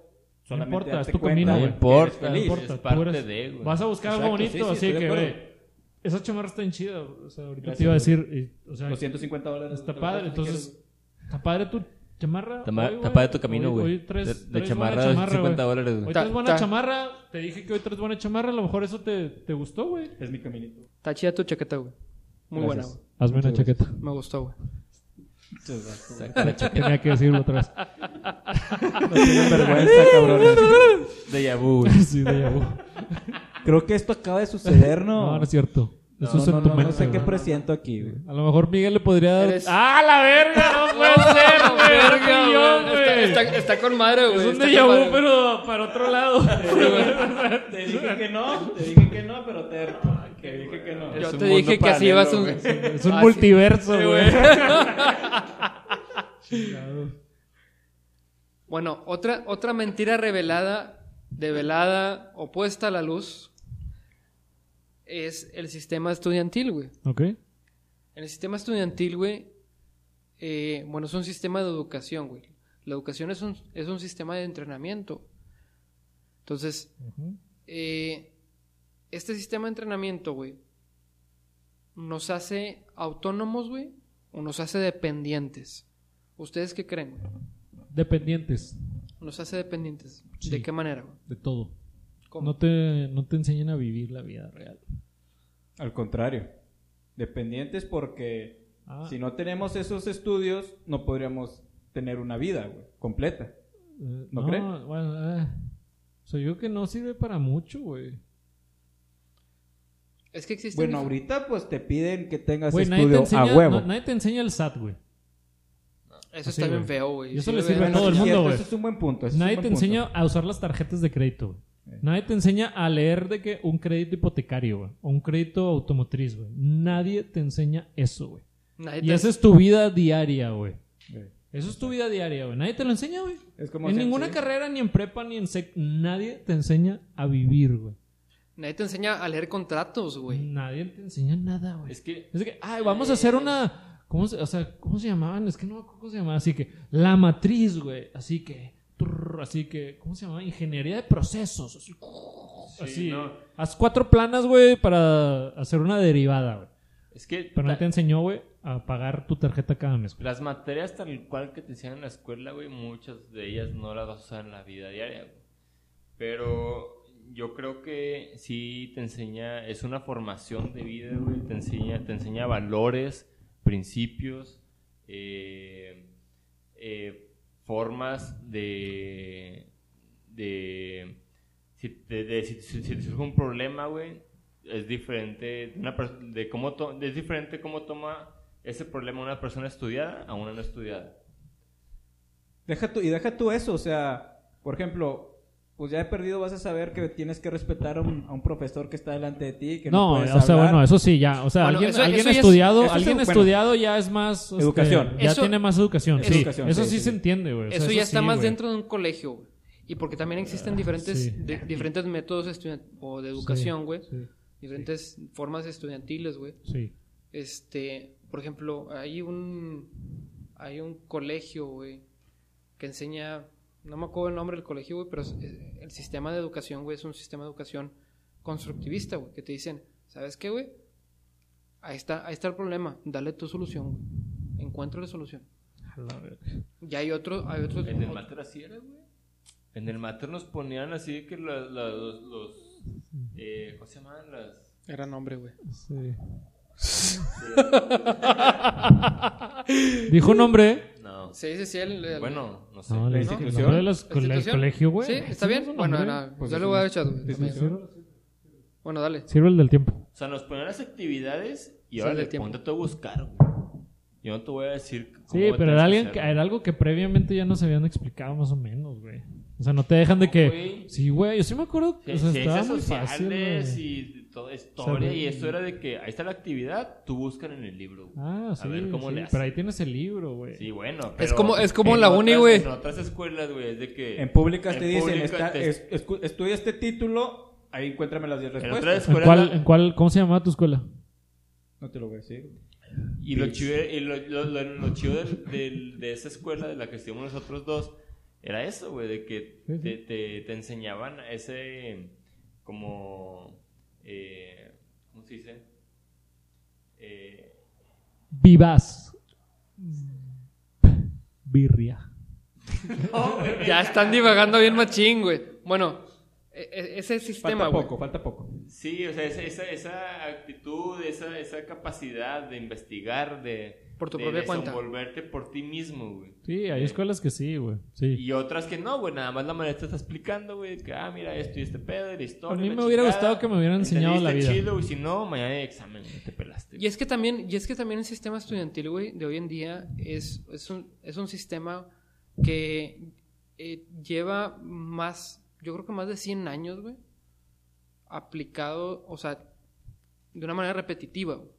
S2: Solamente
S4: importa,
S2: date
S4: es tu
S2: cuenta
S4: camino,
S2: que
S4: güey.
S2: eres
S5: Importa,
S2: feliz.
S5: importa. es parte de, güey.
S4: Vas a buscar algo
S2: Exacto,
S4: bonito,
S2: sí, sí,
S4: así
S2: estoy de
S4: que,
S2: acuerdo.
S4: güey, esas chamarras están chidas. O sea, ahorita
S2: Gracias,
S4: te iba a
S2: güey.
S4: decir, y, o sea,
S2: Los 150 dólares.
S4: está padre. Entonces, está padre tu chamarra.
S5: Está ma-
S4: hoy,
S5: está
S4: güey.
S5: padre tu camino,
S4: Hoy-
S5: güey.
S4: hoy traes-
S5: De- de
S4: traes buena
S5: chamarra de 50
S4: güey.
S5: dólares, güey.
S4: Hoy
S3: Ta-
S4: traes buena
S3: ta-
S4: chamarra. Te dije que hoy traes buena chamarra. A lo mejor eso te, te gustó, güey.
S2: es mi caminito.
S3: Está chida tu chaqueta, güey. Muy buena,
S2: Gracias.
S3: güey.
S4: Hazme una chaqueta.
S3: Me gustó, güey.
S2: Muchas gracias.
S5: Saca la chaqueta.
S4: Tenía que decirlo otra vez. [LAUGHS]
S2: Tienen
S5: [LAUGHS]
S2: vergüenza, cabrones.
S5: De Yabu, güey.
S4: sí, de Yahoo.
S2: Creo que esto acaba de suceder,
S4: [LAUGHS] No,
S2: ¿no?
S4: no es cierto. Eso
S2: No,
S4: es en
S2: no,
S4: tu
S2: no,
S4: mente,
S2: no sé qué
S4: güey.
S2: presiento aquí, güey.
S4: A lo mejor Miguel le podría dar.
S3: Eres-
S4: ¡Ah, la verga!
S3: [LAUGHS]
S4: ¡No puede ser, güey! No fui yo,
S3: güey. Está,
S4: güey!
S3: está- está con madre, güey.
S4: Es un
S3: Está
S4: déjà
S3: con
S4: vu,
S3: madre.
S4: pero para otro lado.
S2: Te dije que no, te dije que no, pero terco.
S4: Ah,
S2: Te dije que no.
S3: Yo
S5: Es un
S3: te
S5: mundo
S3: dije que así
S5: paralelo,
S3: ibas un.
S5: güey.
S4: es un
S3: Ah, sí.
S4: multiverso, güey.
S3: Bueno, otra, otra mentira revelada, develada, opuesta a la luz, es el sistema estudiantil, güey.
S4: ok.
S3: En el sistema estudiantil, güey, eh, bueno, es un sistema de educación, güey. La educación es un, es un sistema de entrenamiento. Entonces, eh, este sistema de entrenamiento, güey, nos hace autónomos, güey, o nos hace dependientes. ¿Ustedes qué creen? güey?
S4: Dependientes
S3: Nos hace dependientes.
S4: Sí.
S3: ¿De qué manera, güey?
S4: de todo.
S3: ¿Cómo?
S4: No te, no te enseñan a vivir la vida real.
S2: Al contrario. Dependientes porque
S4: Ah,
S2: si no tenemos esos estudios, no podríamos tener una vida, güey, completa.
S4: eh,
S2: ¿no cree?
S4: Bueno, eh. o sea, yo creo que no sirve para mucho, güey.
S3: Es que existe.
S2: Bueno, ahorita pues te piden que tengas
S4: Güey, nadie te,
S2: estudio
S4: enseña,
S2: a huevo.
S4: no- nadie te enseña el SAT, güey.
S3: Eso
S4: Sí,
S3: está
S4: güey.
S3: bien feo, güey.
S4: Y eso
S3: Sí,
S4: le
S3: güey.
S4: sirve a
S2: Bueno,
S4: todo el
S2: sí,
S4: mundo,
S2: cierto,
S4: güey.
S2: Ese es un buen punto. ese es
S4: Nadie
S2: un
S4: te
S2: buen punto. Eh.
S4: enseña a usar las tarjetas de crédito, güey. Nadie te enseña a leer de que un crédito hipotecario, güey. O un crédito automotriz, güey. Nadie te enseña eso, güey.
S3: Nadie
S4: Y
S3: te-
S4: esa es tu vida diaria, güey.
S2: Sí.
S4: Eso es tu vida diaria, güey. Nadie te lo enseña, güey.
S2: Es como
S4: En
S2: si-
S4: ninguna
S2: sí.
S4: carrera, ni en prepa, ni en sec. Nadie te enseña a vivir, güey.
S3: Nadie te enseña a leer contratos, güey. eh,
S4: Nadie te enseña nada, güey.
S5: Es que
S4: Es que, ay, vamos a hacer una. ¿Cómo se, o sea, ¿cómo se llamaban? Es que no me acuerdo cómo se llamaba. Así que, la matriz, güey. Así que, turr, así que, ¿cómo se llamaba? Ingeniería de procesos. Así, [LAUGHS] así.
S5: no.
S4: Haz cuatro planas, güey, para hacer una derivada, güey.
S5: Es que
S4: Pero no
S5: ta-
S4: te enseñó, güey, a pagar tu tarjeta cada mes, güey.
S5: las materias tal cual que te enseñan en la escuela, güey, muchas de ellas no las vas a usar en la vida diaria, güey. Pero yo creo que sí te enseña, es una formación de vida, güey. Te enseña, te enseña valores, principios, eh, eh, formas de. de. Si te, de- si- si- si te surge un problema, güey, es diferente de una pers- de cómo to- es diferente cómo toma ese problema una persona estudiada a una no estudiada.
S2: Deja tú, y deja tú eso, o sea, por ejemplo, pues ya he perdido, vas a saber que tienes que respetar a un, a un profesor que está delante de ti. Que no,
S4: No,
S2: puedes
S4: o sea,
S2: hablar.
S4: bueno, eso sí, ya. O sea,
S3: Bueno,
S4: alguien,
S3: eso-
S4: alguien
S3: eso ya es-
S4: estudiado,
S2: eso es
S4: alguien
S2: edu- bueno.
S4: estudiado ya es más. este,
S2: Educación.
S4: Ya
S3: Eso-
S4: tiene más educación. Sí,
S2: Educación,
S4: eso
S2: sí,
S4: sí,
S2: sí.
S4: se entiende, güey. o sea,
S3: eso ya está
S4: sí,
S3: más
S4: güey. Ah,
S3: dentro de un colegio, güey. Y porque también existen diferentes,
S4: sí.
S3: de- diferentes métodos estudian- o de educación, güey.
S4: Sí,
S3: Diferentes formas estudiantiles, güey.
S4: sí.
S3: Este, por ejemplo, hay un hay un colegio, güey, que enseña, no me acuerdo el nombre del colegio, güey, pero es- es- el sistema de educación, güey, es un sistema de educación constructivista, güey, que te dicen, ¿sabes qué, güey? Ahí está, ahí está el problema, dale tu solución, güey. Encuentra la solución. Ya hay otro, hay otros
S5: En el mater así era, güey. En el mater nos ponían así de que la- la- los, los eh, ¿cómo se llamaban las?
S3: era nombre, güey.
S4: sí. Dijo un nombre.
S5: No.
S3: Se dice sí el, el-
S5: Bueno, no sé.
S4: No, le
S2: ¿La
S4: dije que el
S2: institución?
S4: nombre de los
S3: ¿La
S4: co- del
S3: institución?
S4: colegio, güey.
S3: Sí, está bien. Bueno, nada,
S2: Pues
S3: yo
S2: es
S3: le
S2: un-
S3: voy a echar.
S2: es un-
S3: Bueno, dale.
S4: Sirve el del tiempo.
S5: O sea, nos ponían las actividades y
S3: Sí,
S5: ahora
S3: del
S5: le
S3: tiempo.
S5: ponte tú a buscar, güey. Yo no te voy a decir. cómo
S4: Sí, pero
S5: tienes
S4: era, alguien, que-
S5: hacerlo.
S4: era algo que previamente ya nos habían explicado más o menos, güey. O sea, no te dejan de
S5: No,
S4: que...
S5: güey.
S4: Sí, güey, yo sí me acuerdo.
S5: Sí,
S4: o sea, estaba
S5: ciencias
S4: Pues, muy fácil,
S5: sociales
S4: güey.
S5: y toda historia.
S4: güey.
S5: y eso era de que ahí está la actividad, tú buscan en el libro. güey.
S4: Ah, sí,
S5: A ver cómo
S4: sí,
S5: le haces.
S4: Pero ahí tienes el libro, güey.
S5: Sí, bueno.
S3: Es
S5: pero
S3: como- es como
S5: en
S3: la uni,
S5: otras-
S3: güey.
S5: En otras escuelas, güey, es de que.
S2: En públicas
S5: en
S2: te dicen,
S5: pública
S2: está-
S5: te-
S2: es- escu- estudia este título, ahí encuéntrame las 10
S5: En
S2: respuestas.
S5: otras
S4: ¿En
S5: escuelas.
S4: cuál, en cuál, ¿Cómo se llamaba tu escuela?
S2: No te lo voy a decir.
S5: Y lo chido, y lo, lo- lo- lo chido del- del- de esa escuela de la que estuvimos nosotros dos era eso, güey, de que
S4: Sí, sí.
S5: te, te- te enseñaban ese como... eh, ¿Cómo se dice? Eh,
S4: Vivas. Birria.
S3: Ya están divagando bien machín, güey. Bueno, e- e- ese sistema,
S2: Falta
S3: güey.
S2: poco, falta poco.
S5: sí, o sea, esa, esa, esa actitud, esa, esa capacidad de investigar, de...
S3: Por tu
S5: de
S3: propia cuenta.
S5: desenvolverte por ti mismo, güey.
S4: Sí,
S3: Eh,
S4: hay escuelas que sí, güey. Sí.
S5: Y otras que no, güey, nada más la maestra está explicando, güey, que, ah, mira, esto y este pedo, y la historia.
S4: A mí
S5: la
S4: me hubiera
S5: chingada.
S4: gustado que me hubieran enseñado la
S5: Entendiste
S4: vida.
S5: chido, y si no, mañana hay examen, güey, te pelaste.
S3: Y es que también, y es que también el sistema estudiantil, güey, de hoy en día es, es, un, es un sistema que eh, lleva más, yo creo que más de 100 años, güey, aplicado, o sea, de una manera repetitiva. güey.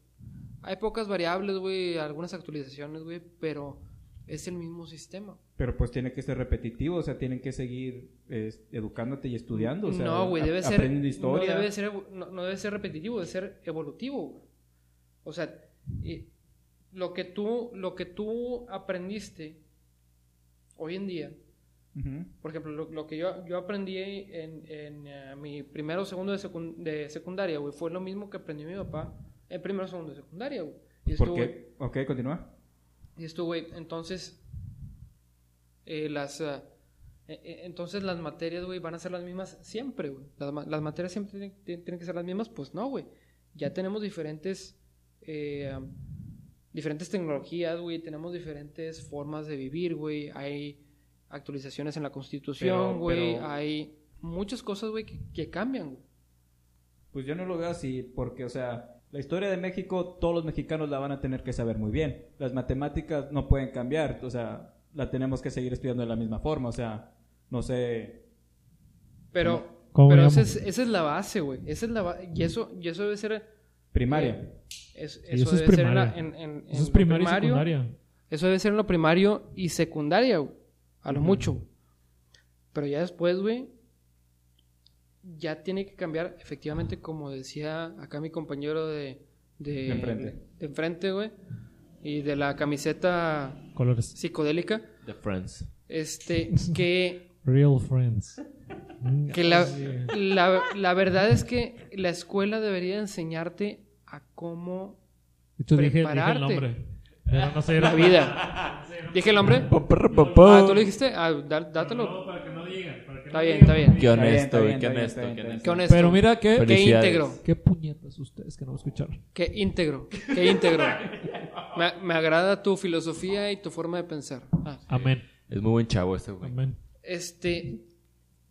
S3: Hay pocas variables, güey, algunas actualizaciones, güey, pero es el mismo sistema.
S2: Pero pues tiene que ser repetitivo, o sea, tienen que seguir es, educándote y estudiando. O sea,
S3: no, güey,
S2: a-
S3: debe ser.
S2: Aprendiendo historia.
S3: No debe ser, evo- no, no debe ser repetitivo, debe ser evolutivo. güey. O sea, eh, lo, que tú, lo que tú aprendiste hoy en día,
S2: Ujú.
S3: por ejemplo, lo, lo que yo, yo aprendí en, en, eh, mi primero o segundo de, secun- de secundaria, güey, fue lo mismo que aprendió mi papá en primero o segundo de secundaria, güey. Y esto,
S2: ¿Por
S3: güey,
S2: qué? Ok, continúa.
S3: y esto, güey, entonces, eh, las, ah, eh, eh, entonces las materias, güey, van a ser las mismas siempre, güey. Las, ma- las materias siempre tienen, tienen- tienen que ser las mismas, pues no, güey. Ya tenemos diferentes, eh, am, diferentes tecnologías, güey, tenemos diferentes formas de vivir, güey. Hay actualizaciones en la
S2: Pero-
S3: Constitución, güey.
S2: pero-
S3: Hay muchas cosas, güey, que, que cambian, güey.
S2: Pues yo no lo veo así, porque, o sea, la historia de México, todos los mexicanos la van a tener que saber muy bien. Las matemáticas no pueden cambiar, o sea, la tenemos que seguir estudiando de la misma forma, o sea, no sé.
S3: Pero,
S4: ¿Cómo
S3: pero
S4: llamamos?
S3: esa, es, esa es la base, güey. Esa es la ba- y eso Y eso debe ser...
S2: Primaria.
S3: Es- eso,
S4: eso es
S3: debe ser en la-
S4: primaria.
S3: en- en- en
S4: Eso es
S3: lo
S4: primaria y
S3: primario.
S4: secundaria.
S3: Eso debe ser en lo primario y secundaria, güey, a lo mucho. güey. Pero ya después, güey, ya tiene que cambiar, efectivamente, como decía acá mi compañero de... De,
S2: De enfrente.
S3: de enfrente, güey. Y de la camiseta
S4: Colores.
S3: psicodélica.
S5: The Friends.
S4: [LAUGHS]
S3: Este, que
S4: Real friends. Mm,
S3: que la,
S4: sí.
S3: la, la verdad es que la escuela debería enseñarte a cómo
S4: De hecho, dije, dije
S3: prepararte.
S4: el nombre. Pero no sé.
S3: la
S4: [LAUGHS]
S3: vida. ¿Dije el nombre?
S4: Oh.
S3: Ah, ¿tú lo dijiste? Ah, dá- dátelo.
S4: para que no digan. para que
S3: Está
S4: no
S3: bien,
S4: digan.
S3: está bien.
S5: Qué
S2: Está bien, está
S5: honesto, güey,
S2: bien,
S5: qué
S2: está bien, está
S5: honesto,
S2: bien,
S5: qué
S2: está bien.
S3: Qué
S5: honesto.
S3: honesto.
S4: Pero mira que...
S3: Qué
S5: Felicidades.
S3: íntegro.
S4: Qué puñetas ustedes que no me escucharon.
S3: Qué íntegro. Qué íntegro. Me, me agrada tu filosofía y tu forma de pensar. Ah,
S4: Amén.
S5: Es muy buen chavo ese, güey.
S4: Amén.
S3: Este,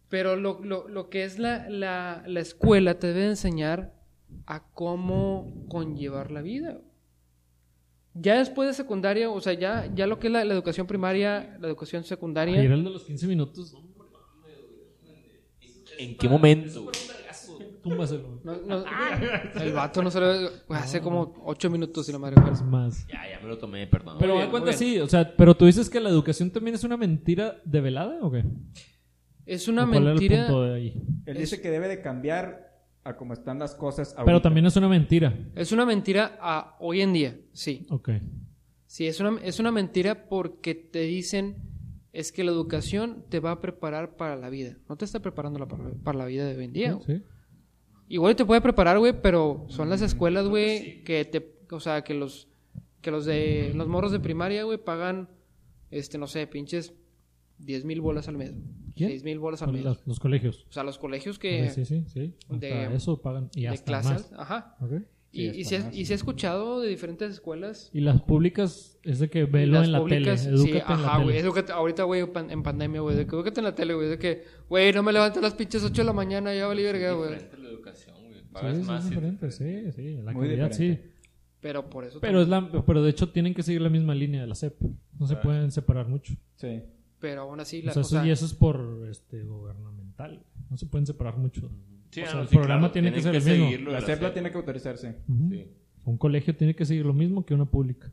S3: pero lo, lo- lo que es la, la- la escuela te debe enseñar a cómo conllevar la vida. Ya después de secundaria, o sea, ya, ya lo que es la, la educación primaria, la educación secundaria.
S4: Ayer el de los 15 minutos. hombre,
S5: ¿En qué momento? güey?
S4: Túmbaselo. güey.
S3: No, no, el vato no se lo... güey, hace como ocho minutos y la madre fue.
S4: Es más.
S5: Ya, ya me lo tomé, perdón.
S4: Pero
S3: bien,
S4: da cuenta
S3: muy bien.
S4: sí, o sea, pero tú dices que la educación también es una mentira develada o qué?
S3: Es una
S4: ¿O cuál era el
S3: mentira...
S4: punto de ahí?
S2: Él dice que debe de cambiar a cómo están las cosas ahorita.
S4: Pero también es una mentira.
S3: Es una mentira a hoy en día, sí.
S4: Ok.
S3: Sí, es una, es una mentira porque te dicen es que la educación te va a preparar para la vida. No te está preparando la- para la vida de hoy en día. güey.
S4: Sí.
S3: Igual te puede preparar, güey, pero son las escuelas, güey, que te, o sea, que los, que los de, los morros de primaria, güey, pagan, este, no sé, pinches 10 mil bolas al mes.
S4: ¿Quién?
S3: 6 mil bolas al
S4: Son
S3: mes.
S4: las- los colegios.
S3: O sea, los colegios
S4: Ok,
S3: que,
S4: sí, sí, sí. Hasta
S3: de-
S4: eso pagan. Y
S3: de
S4: hasta
S3: clases,
S4: más.
S3: ajá.
S4: Ok.
S2: Sí,
S3: Y, y
S2: hasta
S3: se,
S2: más.
S3: y se ha escuchado de diferentes escuelas
S4: Y las públicas es de que velo
S3: Las
S4: en la
S3: públicas,
S4: tele, edúcate
S3: sí,
S4: en la
S3: ajá, güey,
S4: tele.
S3: edúcate- ahorita, güey, pan- en pandemia, güey, de que edúcate en la tele, güey, de que, güey, no me levantes a las pinches 8 de la mañana, ya vale verga, güey.
S5: Diferente la educación, güey. Pagas
S4: Sí, es
S5: más. y-
S4: diferente, sí, sí, la
S2: Muy
S4: calidad
S2: diferente.
S4: sí.
S3: Pero por eso,
S4: Pero es la pero de hecho tienen que seguir la misma línea de la CEP. No se
S5: Claro.
S4: pueden separar mucho.
S2: Sí.
S3: pero aún así,
S4: O
S3: Ah. la
S4: sea, pues, eso,
S3: cosa,
S4: y eso es por este gubernamental. No se pueden separar mucho.
S5: Sí,
S4: O
S5: ah,
S4: sea,
S5: no,
S4: el
S5: sí,
S4: programa
S5: claro,
S4: tiene que
S5: tienen
S4: ser el mismo.
S5: seguirlo,
S2: La
S5: la
S2: CEPLA
S5: CEP.
S2: tiene que autorizarse.
S4: Ujú.
S5: Sí.
S4: Un colegio tiene que seguir lo mismo que una pública.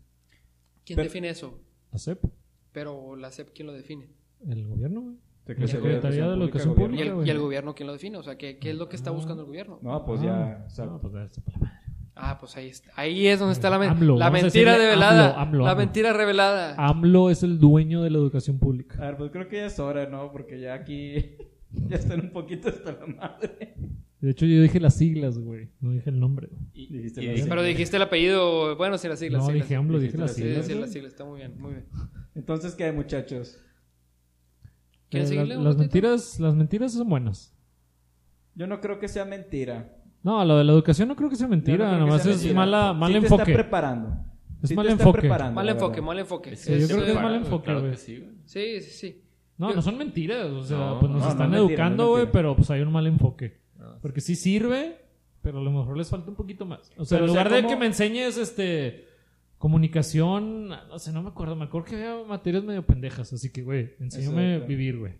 S3: ¿quién
S2: pero-
S3: define eso?
S4: La CEP,
S3: Pero la SEP, ¿quién lo define?
S4: el gobierno, güey.
S2: Secretaría
S4: Secretaría de
S2: Gobierno.
S4: Educación
S3: Y
S4: Pública.
S3: el,
S4: Pues, güey.
S3: y el gobierno, ¿quién lo define? O sea, ¿qué, qué es lo que está buscando el gobierno?
S2: No, pues ya. o sea,
S4: No, pues, está para la madre.
S3: Ah, pues ahí está, ahí es donde está la, men-
S4: AMLO,
S3: la
S4: vamos a
S3: mentira
S4: decirle
S3: develada,
S4: AMLO, AMLO, Ah.
S3: la
S4: AMLO.
S3: mentira revelada.
S4: AMLO es el dueño de la educación
S2: A
S4: pública.
S2: ver, pues creo que ya es hora, ¿no? Porque ya aquí [LAUGHS] ya están un poquito hasta la madre.
S4: De hecho, yo dije las siglas, güey. No dije el nombre.
S5: Y-
S2: Dijiste
S5: y-
S2: la
S5: y-
S2: CEP.
S3: Pero dijiste el apellido, bueno, sí, las siglas,
S4: no,
S3: siglas.
S4: dije AMLO, dije
S2: Dijiste
S4: las
S2: las
S3: Sí,
S4: siglas.
S3: sí,
S4: güey.
S3: las siglas, está muy bien, muy bien.
S2: Entonces, ¿qué hay, muchachos?
S3: ¿Quieres
S4: Eh,
S3: seguirle,
S4: las,
S3: un
S4: las
S3: ratito?
S4: mentiras, las mentiras son buenas.
S2: Yo no creo que sea mentira.
S4: No, lo de la educación no creo que sea
S2: Yo no
S4: mentira,
S2: creo que
S4: nomás
S2: sea
S4: es
S2: mentira.
S4: mala,
S2: Sí
S4: mal
S2: te
S4: enfoque.
S2: está preparando.
S4: Es
S2: Sí te
S4: mal
S2: está
S4: enfoque.
S2: preparando,
S3: Mal
S2: la
S3: enfoque,
S2: verdad.
S3: mal enfoque.
S5: Sí,
S4: yo
S3: Es,
S4: creo que
S3: eh,
S4: es mal
S5: claro,
S4: enfoque,
S5: claro
S4: güey.
S5: que sí, güey.
S3: Sí, sí, sí.
S4: No, no son mentiras, o sea,
S5: No,
S4: pues nos
S5: no, no
S4: están
S2: es mentira, no
S4: educando,
S2: es
S4: güey,
S2: mentira.
S4: pero pues hay un mal enfoque.
S5: No,
S4: Porque sí sirve, pero a lo mejor les falta un poquito más. O sea,
S2: Pero,
S4: en
S2: o sea,
S4: lugar de
S2: ¿cómo?
S4: que me enseñes este comunicación, no sé, no me acuerdo, me acuerdo que había materias medio pendejas, así que, güey, enséñame
S2: Exacto.
S4: vivir, güey.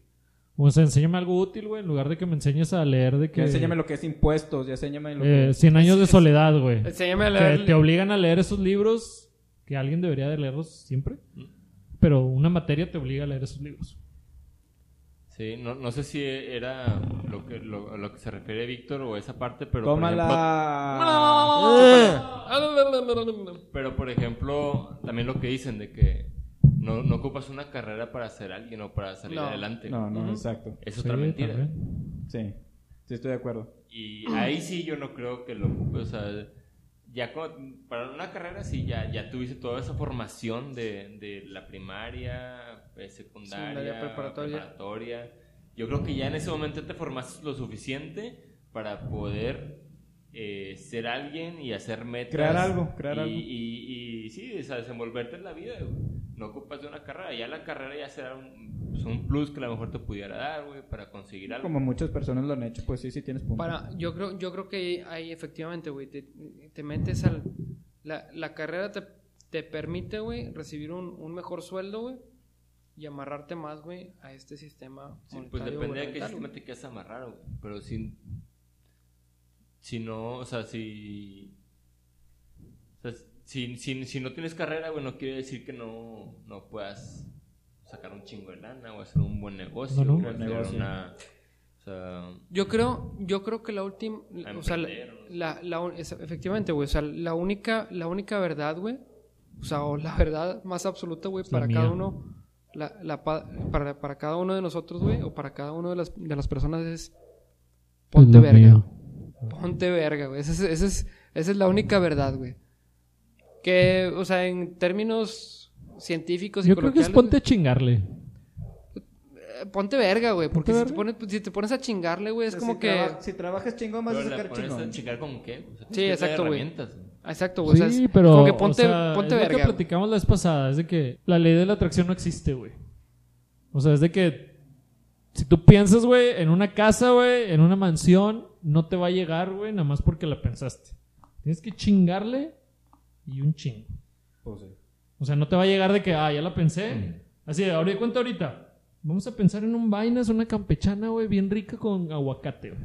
S4: O sea, enséñame algo útil, güey, en lugar de que me enseñes a leer de que
S2: Ya enséñame lo que es impuestos, ya enséñame lo que
S4: eh, 100 años de soledad, güey.
S3: Enséñame a
S4: que
S3: leer.
S4: te obligan a leer esos libros que alguien debería de leerlos siempre
S3: Mm.
S4: pero una materia te obliga a leer esos libros
S5: Sí, no, no sé si era lo que, lo, a lo que se refiere Víctor o esa parte, pero por ejemplo-
S2: Tómala.
S4: Ah.
S5: pero por ejemplo, también lo que dicen de que no, no ocupas una carrera para ser alguien o para salir
S3: No.
S5: adelante.
S2: No, no,
S3: Ujú.
S2: exacto.
S5: Es otra mentira.
S4: también.
S2: Sí, sí estoy de acuerdo.
S5: Y ahí sí yo no creo que lo ocupes, O sea, ya cuando- para una carrera sí, ya, ya tuviste toda esa formación de, de la primaria, eh, secundaria,
S3: Secundaria, preparatoria.
S5: preparatoria. Yo creo que ya en ese momento te formaste lo suficiente para poder eh, ser alguien y hacer metas.
S2: Crear algo, crear
S5: y,
S2: algo.
S5: Y, y sí, o sea, desenvolverte en la vida. güey. No ocupas de una carrera. Ya la carrera ya será un, pues, un plus que a lo mejor te pudiera dar, güey, para conseguir algo.
S2: Como muchas personas lo han hecho, pues sí, sí tienes punto.
S3: Para, yo creo, yo creo que ahí efectivamente, güey, te, te metes al... La, la carrera te, te permite, güey, recibir un, un mejor sueldo, güey, y amarrarte más, güey, a este sistema
S5: Sí, pues
S3: monetario
S5: depende de qué
S3: gubernamental,
S5: sistema
S3: güey.
S5: te quieras amarrar, güey. Pero si. Si no, o sea, si. O sea, si, si, si no tienes carrera, güey, no quiere decir que no, no puedas sacar un chingo de lana o hacer un buen negocio.
S4: No, no.
S5: o
S4: Buen
S5: hacer
S2: negocio.
S5: una- o sea,
S3: Yo creo, yo creo que la última, o sea, la,
S5: emprender, ¿no?
S3: la- la un- esa- efectivamente, güey, o sea, la única, la única verdad, güey, o sea, o la verdad más absoluta, güey,
S4: Es la
S3: para cada
S4: mía.
S3: uno, la, la pa- para, para cada uno de nosotros, güey, o para cada uno de las, de las personas es ponte
S4: Lo
S3: verga,
S4: mío.
S3: ponte verga, güey, esa es, esa es, esa es la única verdad, güey, que, o sea, en términos científicos y eh,
S4: yo creo que es ponte a chingarle
S3: ponte verga, güey, porque si,
S4: ¿Ponte
S3: te pones, si te pones a chingarle, güey, es
S2: Pero
S3: como
S2: si
S3: que...
S2: traba- si trabajas chingón, vas a
S5: pero la
S2: sacar
S5: pones a
S2: chingón.
S5: checar con qué. güey. O sea,
S3: Sí,
S5: tienes que tener
S3: exacto, güey.
S5: herramientas, güey.
S3: Ah, Exacto, güey.
S4: sí
S3: o sea, es
S4: pero
S3: como que ponte,
S4: o sea,
S3: ponte
S4: es lo
S3: verga.
S4: que
S3: güey.
S4: platicamos la vez pasada es de que la ley de la atracción no existe güey o sea es de que si tú piensas güey en una casa güey en una mansión no te va a llegar güey nada más porque la pensaste tienes que chingarle y un chingo
S2: Pues sí.
S4: O sea, no te va a llegar de que, ah, ya la pensé. Así, ahorita, cuenta ahorita. Vamos a pensar en un Binance, una campechana, güey, bien rica con aguacate, güey.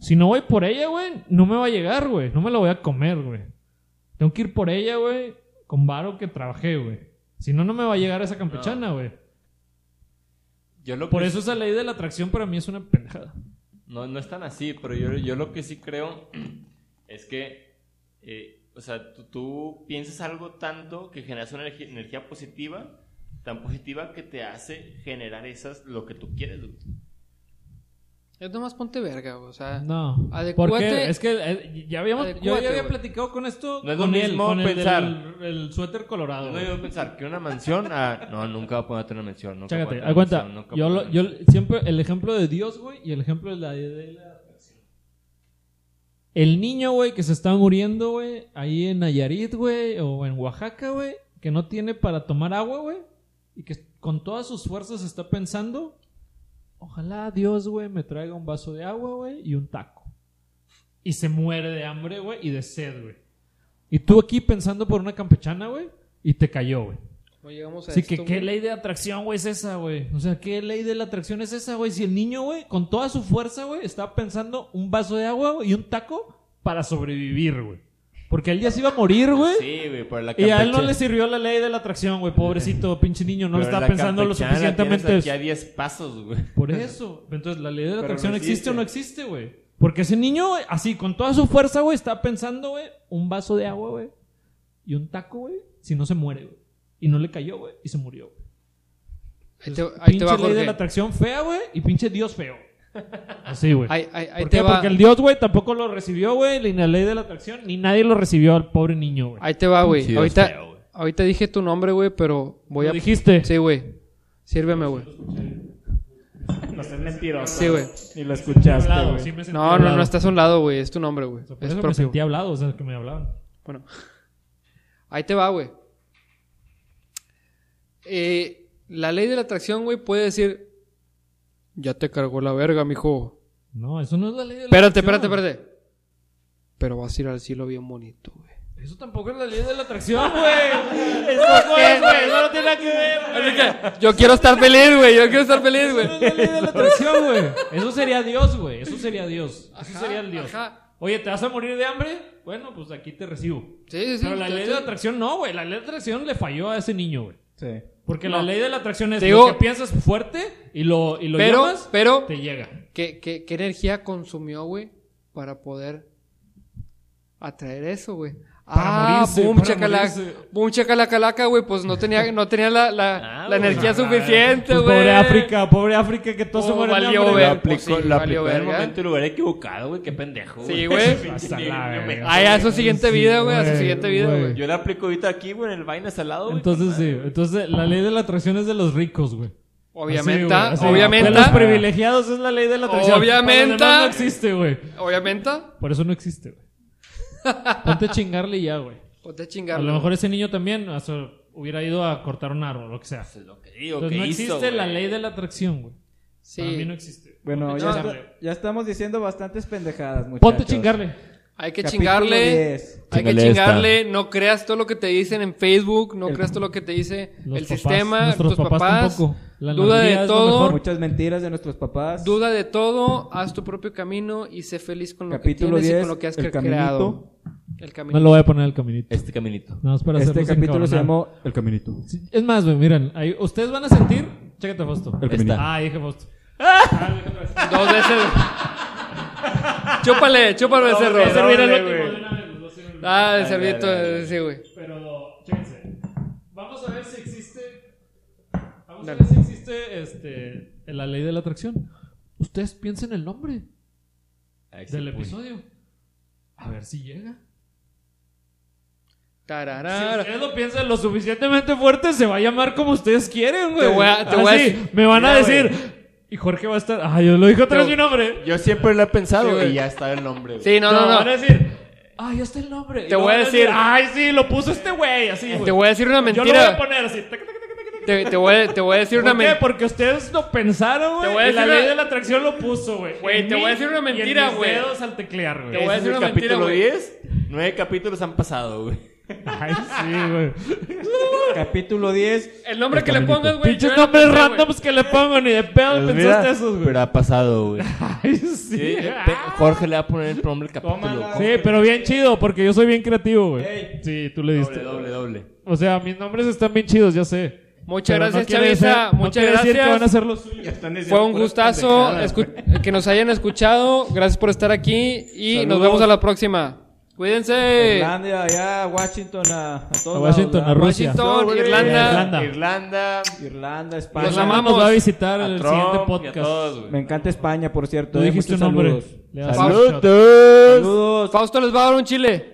S4: Si no voy por ella, güey, no me va a llegar, güey. No me la voy a comer, güey. Tengo que ir por ella, güey, con varo que trabajé, güey. Si no, no me va a llegar esa campechana, güey.
S5: Yo lo
S4: Por
S5: que-
S4: eso esa ley de la atracción para mí es una pendejada.
S5: No, no es tan así, pero yo, yo lo que sí creo [CLEARS THROAT] es que, eh, o sea, tú, tú piensas algo tanto que generas una energi- energía positiva, tan positiva que te hace generar esas, lo que tú quieres. güey.
S3: Es nomás ponte verga, güey, o sea.
S4: No.
S3: Adecuate-
S4: Porque es que eh, ya habíamos. yo
S3: Adecuate,
S4: ya había
S3: güey.
S4: platicado con esto.
S5: No es lo
S4: con él,
S5: mismo
S4: con el del-
S5: pensar.
S4: el suéter colorado.
S5: No
S4: güey.
S5: yo pensar que una mansión, ah, no, nunca voy a poder tener una mansión. Nunca voy a
S4: Chácate,
S5: tener
S4: aguanta.
S5: mansión, nunca
S4: yo,
S5: voy a
S4: lo-
S5: tener
S4: yo
S5: mansión.
S4: siempre el ejemplo de Dios, güey, y el ejemplo de la de la atracción. El niño, güey, que se está muriendo, güey, ahí en Nayarit, güey, o en Oaxaca, güey, que no tiene para tomar agua, güey, y que con todas sus fuerzas está pensando, ojalá Dios, güey, me traiga un vaso de agua, güey, y un taco. Y se muere de hambre, güey, y de sed, güey. Y tú aquí pensando por una campechana, güey, y te cayó, güey.
S3: no llegamos a
S4: Así
S3: esto,
S4: que, ¿qué
S3: güey.
S4: ley de atracción, güey, es esa, güey? O sea, ¿qué ley de la atracción es esa, güey? Si el niño, güey, con toda su fuerza, güey, estaba pensando un vaso de agua güey, y un taco para sobrevivir, güey. Porque él ya se iba a morir, güey.
S5: Sí, güey, por la
S4: y a él no
S5: campeche-
S4: le sirvió la ley de la atracción, güey.
S5: [LAUGHS]
S4: Pobrecito, pinche niño, no
S5: pero
S4: está
S5: la
S4: pensando lo
S5: campechana la tienes
S4: suficientemente.
S5: aquí a 10 pasos, güey.
S4: Por eso. Entonces, ¿la ley de la
S2: Pero no
S4: atracción existe
S2: existe.
S4: o no existe, güey? Porque ese niño, güey, así, con toda su fuerza, güey, está pensando, güey, un vaso de agua, güey, y un taco, güey, si no se muere, güey. Y no le cayó, güey, y se murió. güey.
S3: Ahí te,
S4: Entonces,
S3: ahí te
S4: pues, pinche
S3: va,
S4: ley de
S3: Jorge.
S4: la atracción fea, güey, y pinche Dios feo. Así, güey.
S3: Ahí, ahí- ahí
S4: ¿Por
S3: te
S4: qué?
S3: va.
S4: Porque el Dios, güey, tampoco lo recibió, güey, ni la ley de la atracción, ni nadie lo recibió al pobre niño, güey.
S3: Ahí te va, güey.
S5: Dios
S3: ahorita,
S5: feo, güey.
S3: ahorita dije tu nombre, güey, pero voy
S4: Lo
S3: a...
S4: dijiste.
S3: Sí, güey. Sírveme, güey.
S2: No seas mentiroso.
S3: Sí, güey.
S2: Ni lo escuchaste, este,
S4: Hablado,
S2: güey.
S4: sí me sentí
S3: No, no,
S4: hablado.
S3: no, estás a un lado, güey. Es tu nombre, güey.
S4: O sea, Por
S3: Es
S4: eso me
S3: propio.
S4: sentí hablado, o sea, que me hablaban.
S3: Bueno. Ahí te va, güey. Eh, la ley de la atracción, güey, puede decir... Ya te cargó la verga, mijo.
S4: No, eso no es la ley de la
S3: Espérate,
S4: atracción.
S3: espérate, espérate. Pero vas a ir al cielo bien bonito, güey.
S4: Eso tampoco es la ley de la
S3: [LAUGHS]
S4: atracción, güey. Eso no es, güey. Eso no tiene nada que ver, güey.
S3: Yo quiero estar feliz, güey. Yo quiero estar feliz,
S4: Eso
S3: güey.
S4: no es la ley de la atracción, güey. Eso sería Dios, güey. Eso sería Dios. Eso
S3: Ajá,
S4: sería el Dios.
S3: ajá.
S4: Oye, ¿te vas a morir de hambre? Bueno, pues aquí te recibo.
S3: Sí, sí, sí.
S4: Pero la ley de la atracción no, güey. La ley de la atracción le falló a ese niño, güey.
S2: Sí.
S4: Porque
S3: No.
S4: la ley de la atracción es
S3: Te
S4: lo
S3: digo-
S4: que piensas fuerte y lo, y lo
S3: Pero,
S4: llamas,
S3: pero...
S4: te llega.
S3: ¿Qué, qué, qué energía consumió, güey, para poder atraer eso, güey?
S4: Para
S3: ah,
S4: morirse,
S3: boom,
S4: para
S3: chacalaca,
S4: morirse.
S3: boom, chacalacalaca, güey, pues no tenía, no tenía la, la,
S5: Ah,
S3: la
S5: güey.
S3: energía
S4: Ah,
S3: suficiente,
S4: pues,
S3: güey.
S4: pobre África, pobre África que todos
S3: Oh,
S4: se mueren de
S3: valió
S4: hambre.
S5: Lo
S3: ver,
S5: aplicó,
S3: pues sí,
S5: lo
S3: valió
S5: aplicó en el
S3: verga.
S5: momento y lugar equivocado, güey. Qué pendejo, güey.
S3: Sí,
S5: [LAUGHS]
S3: güey.
S4: Hasta la
S5: Ni- ni me-
S4: verga.
S3: Ay, a su siguiente
S4: Sí,
S3: vida, güey, a su
S4: güey,
S3: siguiente vida,
S4: güey.
S3: güey.
S5: Yo la aplico ahorita aquí, güey, en el vaina salado, güey.
S4: Entonces eh, sí, entonces la ley de la atracción es de los ricos, güey.
S3: Obviamente,
S4: Así, güey, así.
S3: obviamente,
S4: De los privilegiados es la ley de la atracción.
S3: Obviamente.
S4: Para los demás no existe, güey.
S3: obviamente,
S4: Por eso no existe, güey. Ponte a chingarle y ya, güey.
S3: ponte a
S4: A
S3: chingar.
S4: lo
S3: güey.
S4: mejor ese niño también o sea, hubiera ido a cortar un árbol, lo que sea.
S5: Es lo que digo,
S4: Entonces
S5: que
S4: pues no
S5: hizo,
S4: existe
S5: güey.
S4: la ley de la atracción, güey.
S3: Sí.
S4: Para mí no existe.
S2: Bueno,
S4: Ponte
S2: ya,
S4: a
S2: está-
S4: chingarle.
S2: ya estamos diciendo bastantes pendejadas, muchachos.
S4: Ponte a chingarle.
S3: Hay que
S2: Capítulo
S3: chingarle.
S2: 10.
S3: Hay que
S5: Chingale esta.
S3: chingarle, no creas todo lo que te dicen en Facebook, no
S2: El-
S3: creas todo lo que te dice
S4: Los
S3: el
S4: papás,
S3: sistema,
S4: nuestros
S3: tus
S4: papás
S3: papás.
S4: tampoco. La
S3: duda
S4: analogía
S3: de
S4: es lo
S3: todo,
S4: mejor.
S2: Muchas mentiras de nuestros papás.
S3: Duda de todo, haz tu propio camino y sé feliz con lo
S2: Capítulo
S3: que tienes y
S2: 10.
S3: con lo que has
S2: el
S3: cre-
S2: caminito.
S3: creado. El
S4: No
S3: camino.
S4: lo voy a poner al caminito.
S5: Este caminito.
S4: Nada más para
S2: Este
S4: hacerlos
S2: capítulo se
S4: encabronar.
S2: llamó El caminito.
S4: Sí, Es más, güey, miren, ahí- ustedes van a sentir. Chécate, Fausto.
S2: El caminito.
S4: Ah, dije Fausto.
S3: Dos
S4: [LAUGHS]
S3: veces. chúpale, chúpale el cerro.
S4: Va a servir el
S5: doble,
S4: último de
S5: güey.
S4: una vez, va a servir el último.
S3: Ah, el
S5: Ay,
S3: cervito,
S5: ay, ay, ay.
S3: sí, güey.
S4: Pero, chéquense. Vamos a ver si existe. Vamos a
S3: Dale.
S4: ver si existe este, la ley de la atracción. Ustedes piensen el nombre
S5: Ahí sí,
S4: del
S5: güey.
S4: episodio. A ver si llega. Si
S3: Tararara.
S4: ustedes lo piensan lo suficientemente fuerte, se va a llamar como ustedes quieren, güey.
S3: Te voy a- te voy a
S4: Así,
S3: decir-
S4: Me van a
S5: Mira,
S4: decir. Y Jorge va a estar. Ah, yo lo dije otra
S3: Te-
S4: vez mi nombre.
S5: Yo siempre lo he pensado
S3: Sí, güey.
S5: y ya está el nombre, güey.
S3: Sí, no, no,
S4: Van
S3: no.
S4: a decir. Ah, ya está el nombre. Y
S3: Te
S4: luego
S3: voy a
S4: van
S3: decir-
S4: Ay, sí, lo puso este güey. Así, güey.
S3: Te voy a decir una
S4: Yo lo voy a
S3: mentira.
S4: poner así. tac, tac, tac, tac, tac.
S3: Te, te voy, a- te voy a decir una
S4: ¿Por qué?
S3: mentira.
S4: Porque ustedes lo pensaron,
S3: Te voy a
S4: güey. y La
S3: decir
S4: ley
S3: una-
S4: de la atracción lo puso, güey.
S3: Güey,
S4: En
S3: te
S4: mí
S3: voy a decir una
S4: y en
S3: mentira,
S4: mis
S3: güey.
S4: dedos al teclear,
S3: Te voy
S4: güey.
S3: a
S5: Ese es
S3: decir
S5: el
S3: una mentira,
S5: capítulo
S3: güey.
S5: 10. Nueve capítulos han pasado, güey.
S4: [LAUGHS] Ay, sí, güey.
S2: Capítulo 10.
S3: El nombre que le pongas, güey.
S4: Pinches
S3: yo era
S4: nombres
S3: el primero,
S4: randoms que le pongo, ni de pedo
S5: Pues
S4: pensaste
S5: mira,
S4: esos, güey.
S5: Pero ha
S4: [LAUGHS]
S5: pasado, güey.
S4: Ay, sí.
S5: Sí, eh,
S4: Ah.
S5: pe- Jorge le va a poner el nombre del capítulo.
S2: Tómala.
S4: Sí, pero bien chido, porque yo soy bien creativo, güey.
S2: Ey.
S4: Sí, tú le diste.
S5: Doble, doble, doble.
S4: O sea, mis nombres están bien chidos, ya sé.
S3: güey. Muchas
S4: Pero no
S3: gracias,
S4: quiere
S3: Chavisa.
S4: decir- no
S3: Muchas
S4: quiere decir que van a
S3: gracias.
S4: ser los suyos.
S2: Ya están diciendo
S3: Fue un
S2: puras
S3: gustazo
S2: pendejadas.
S3: escu- que nos hayan escuchado. Gracias por estar aquí y nos
S4: Saludos.
S3: vemos a la próxima. Cuídense.
S2: Irlanda, allá, Washington, a, a todos
S4: A Washington,
S2: lados,
S4: a
S2: la-
S4: Rusia.
S3: Washington,
S5: Sobre-
S3: Irlanda.
S4: Irlanda.
S5: Irlanda.
S2: Irlanda, España.
S3: Los
S4: Nos
S3: amamos.
S4: va a visitar
S5: A
S4: en el
S5: Trump
S4: siguiente
S5: y a
S4: podcast.
S5: todos, güey.
S2: Me encanta España, por cierto.
S4: Tú
S2: eh,
S4: dijiste un
S2: muchos
S4: nombre.
S2: saludos.
S4: Le das un shot.
S5: Saludos.
S2: Saludos.
S3: Fausto les va a dar un chile.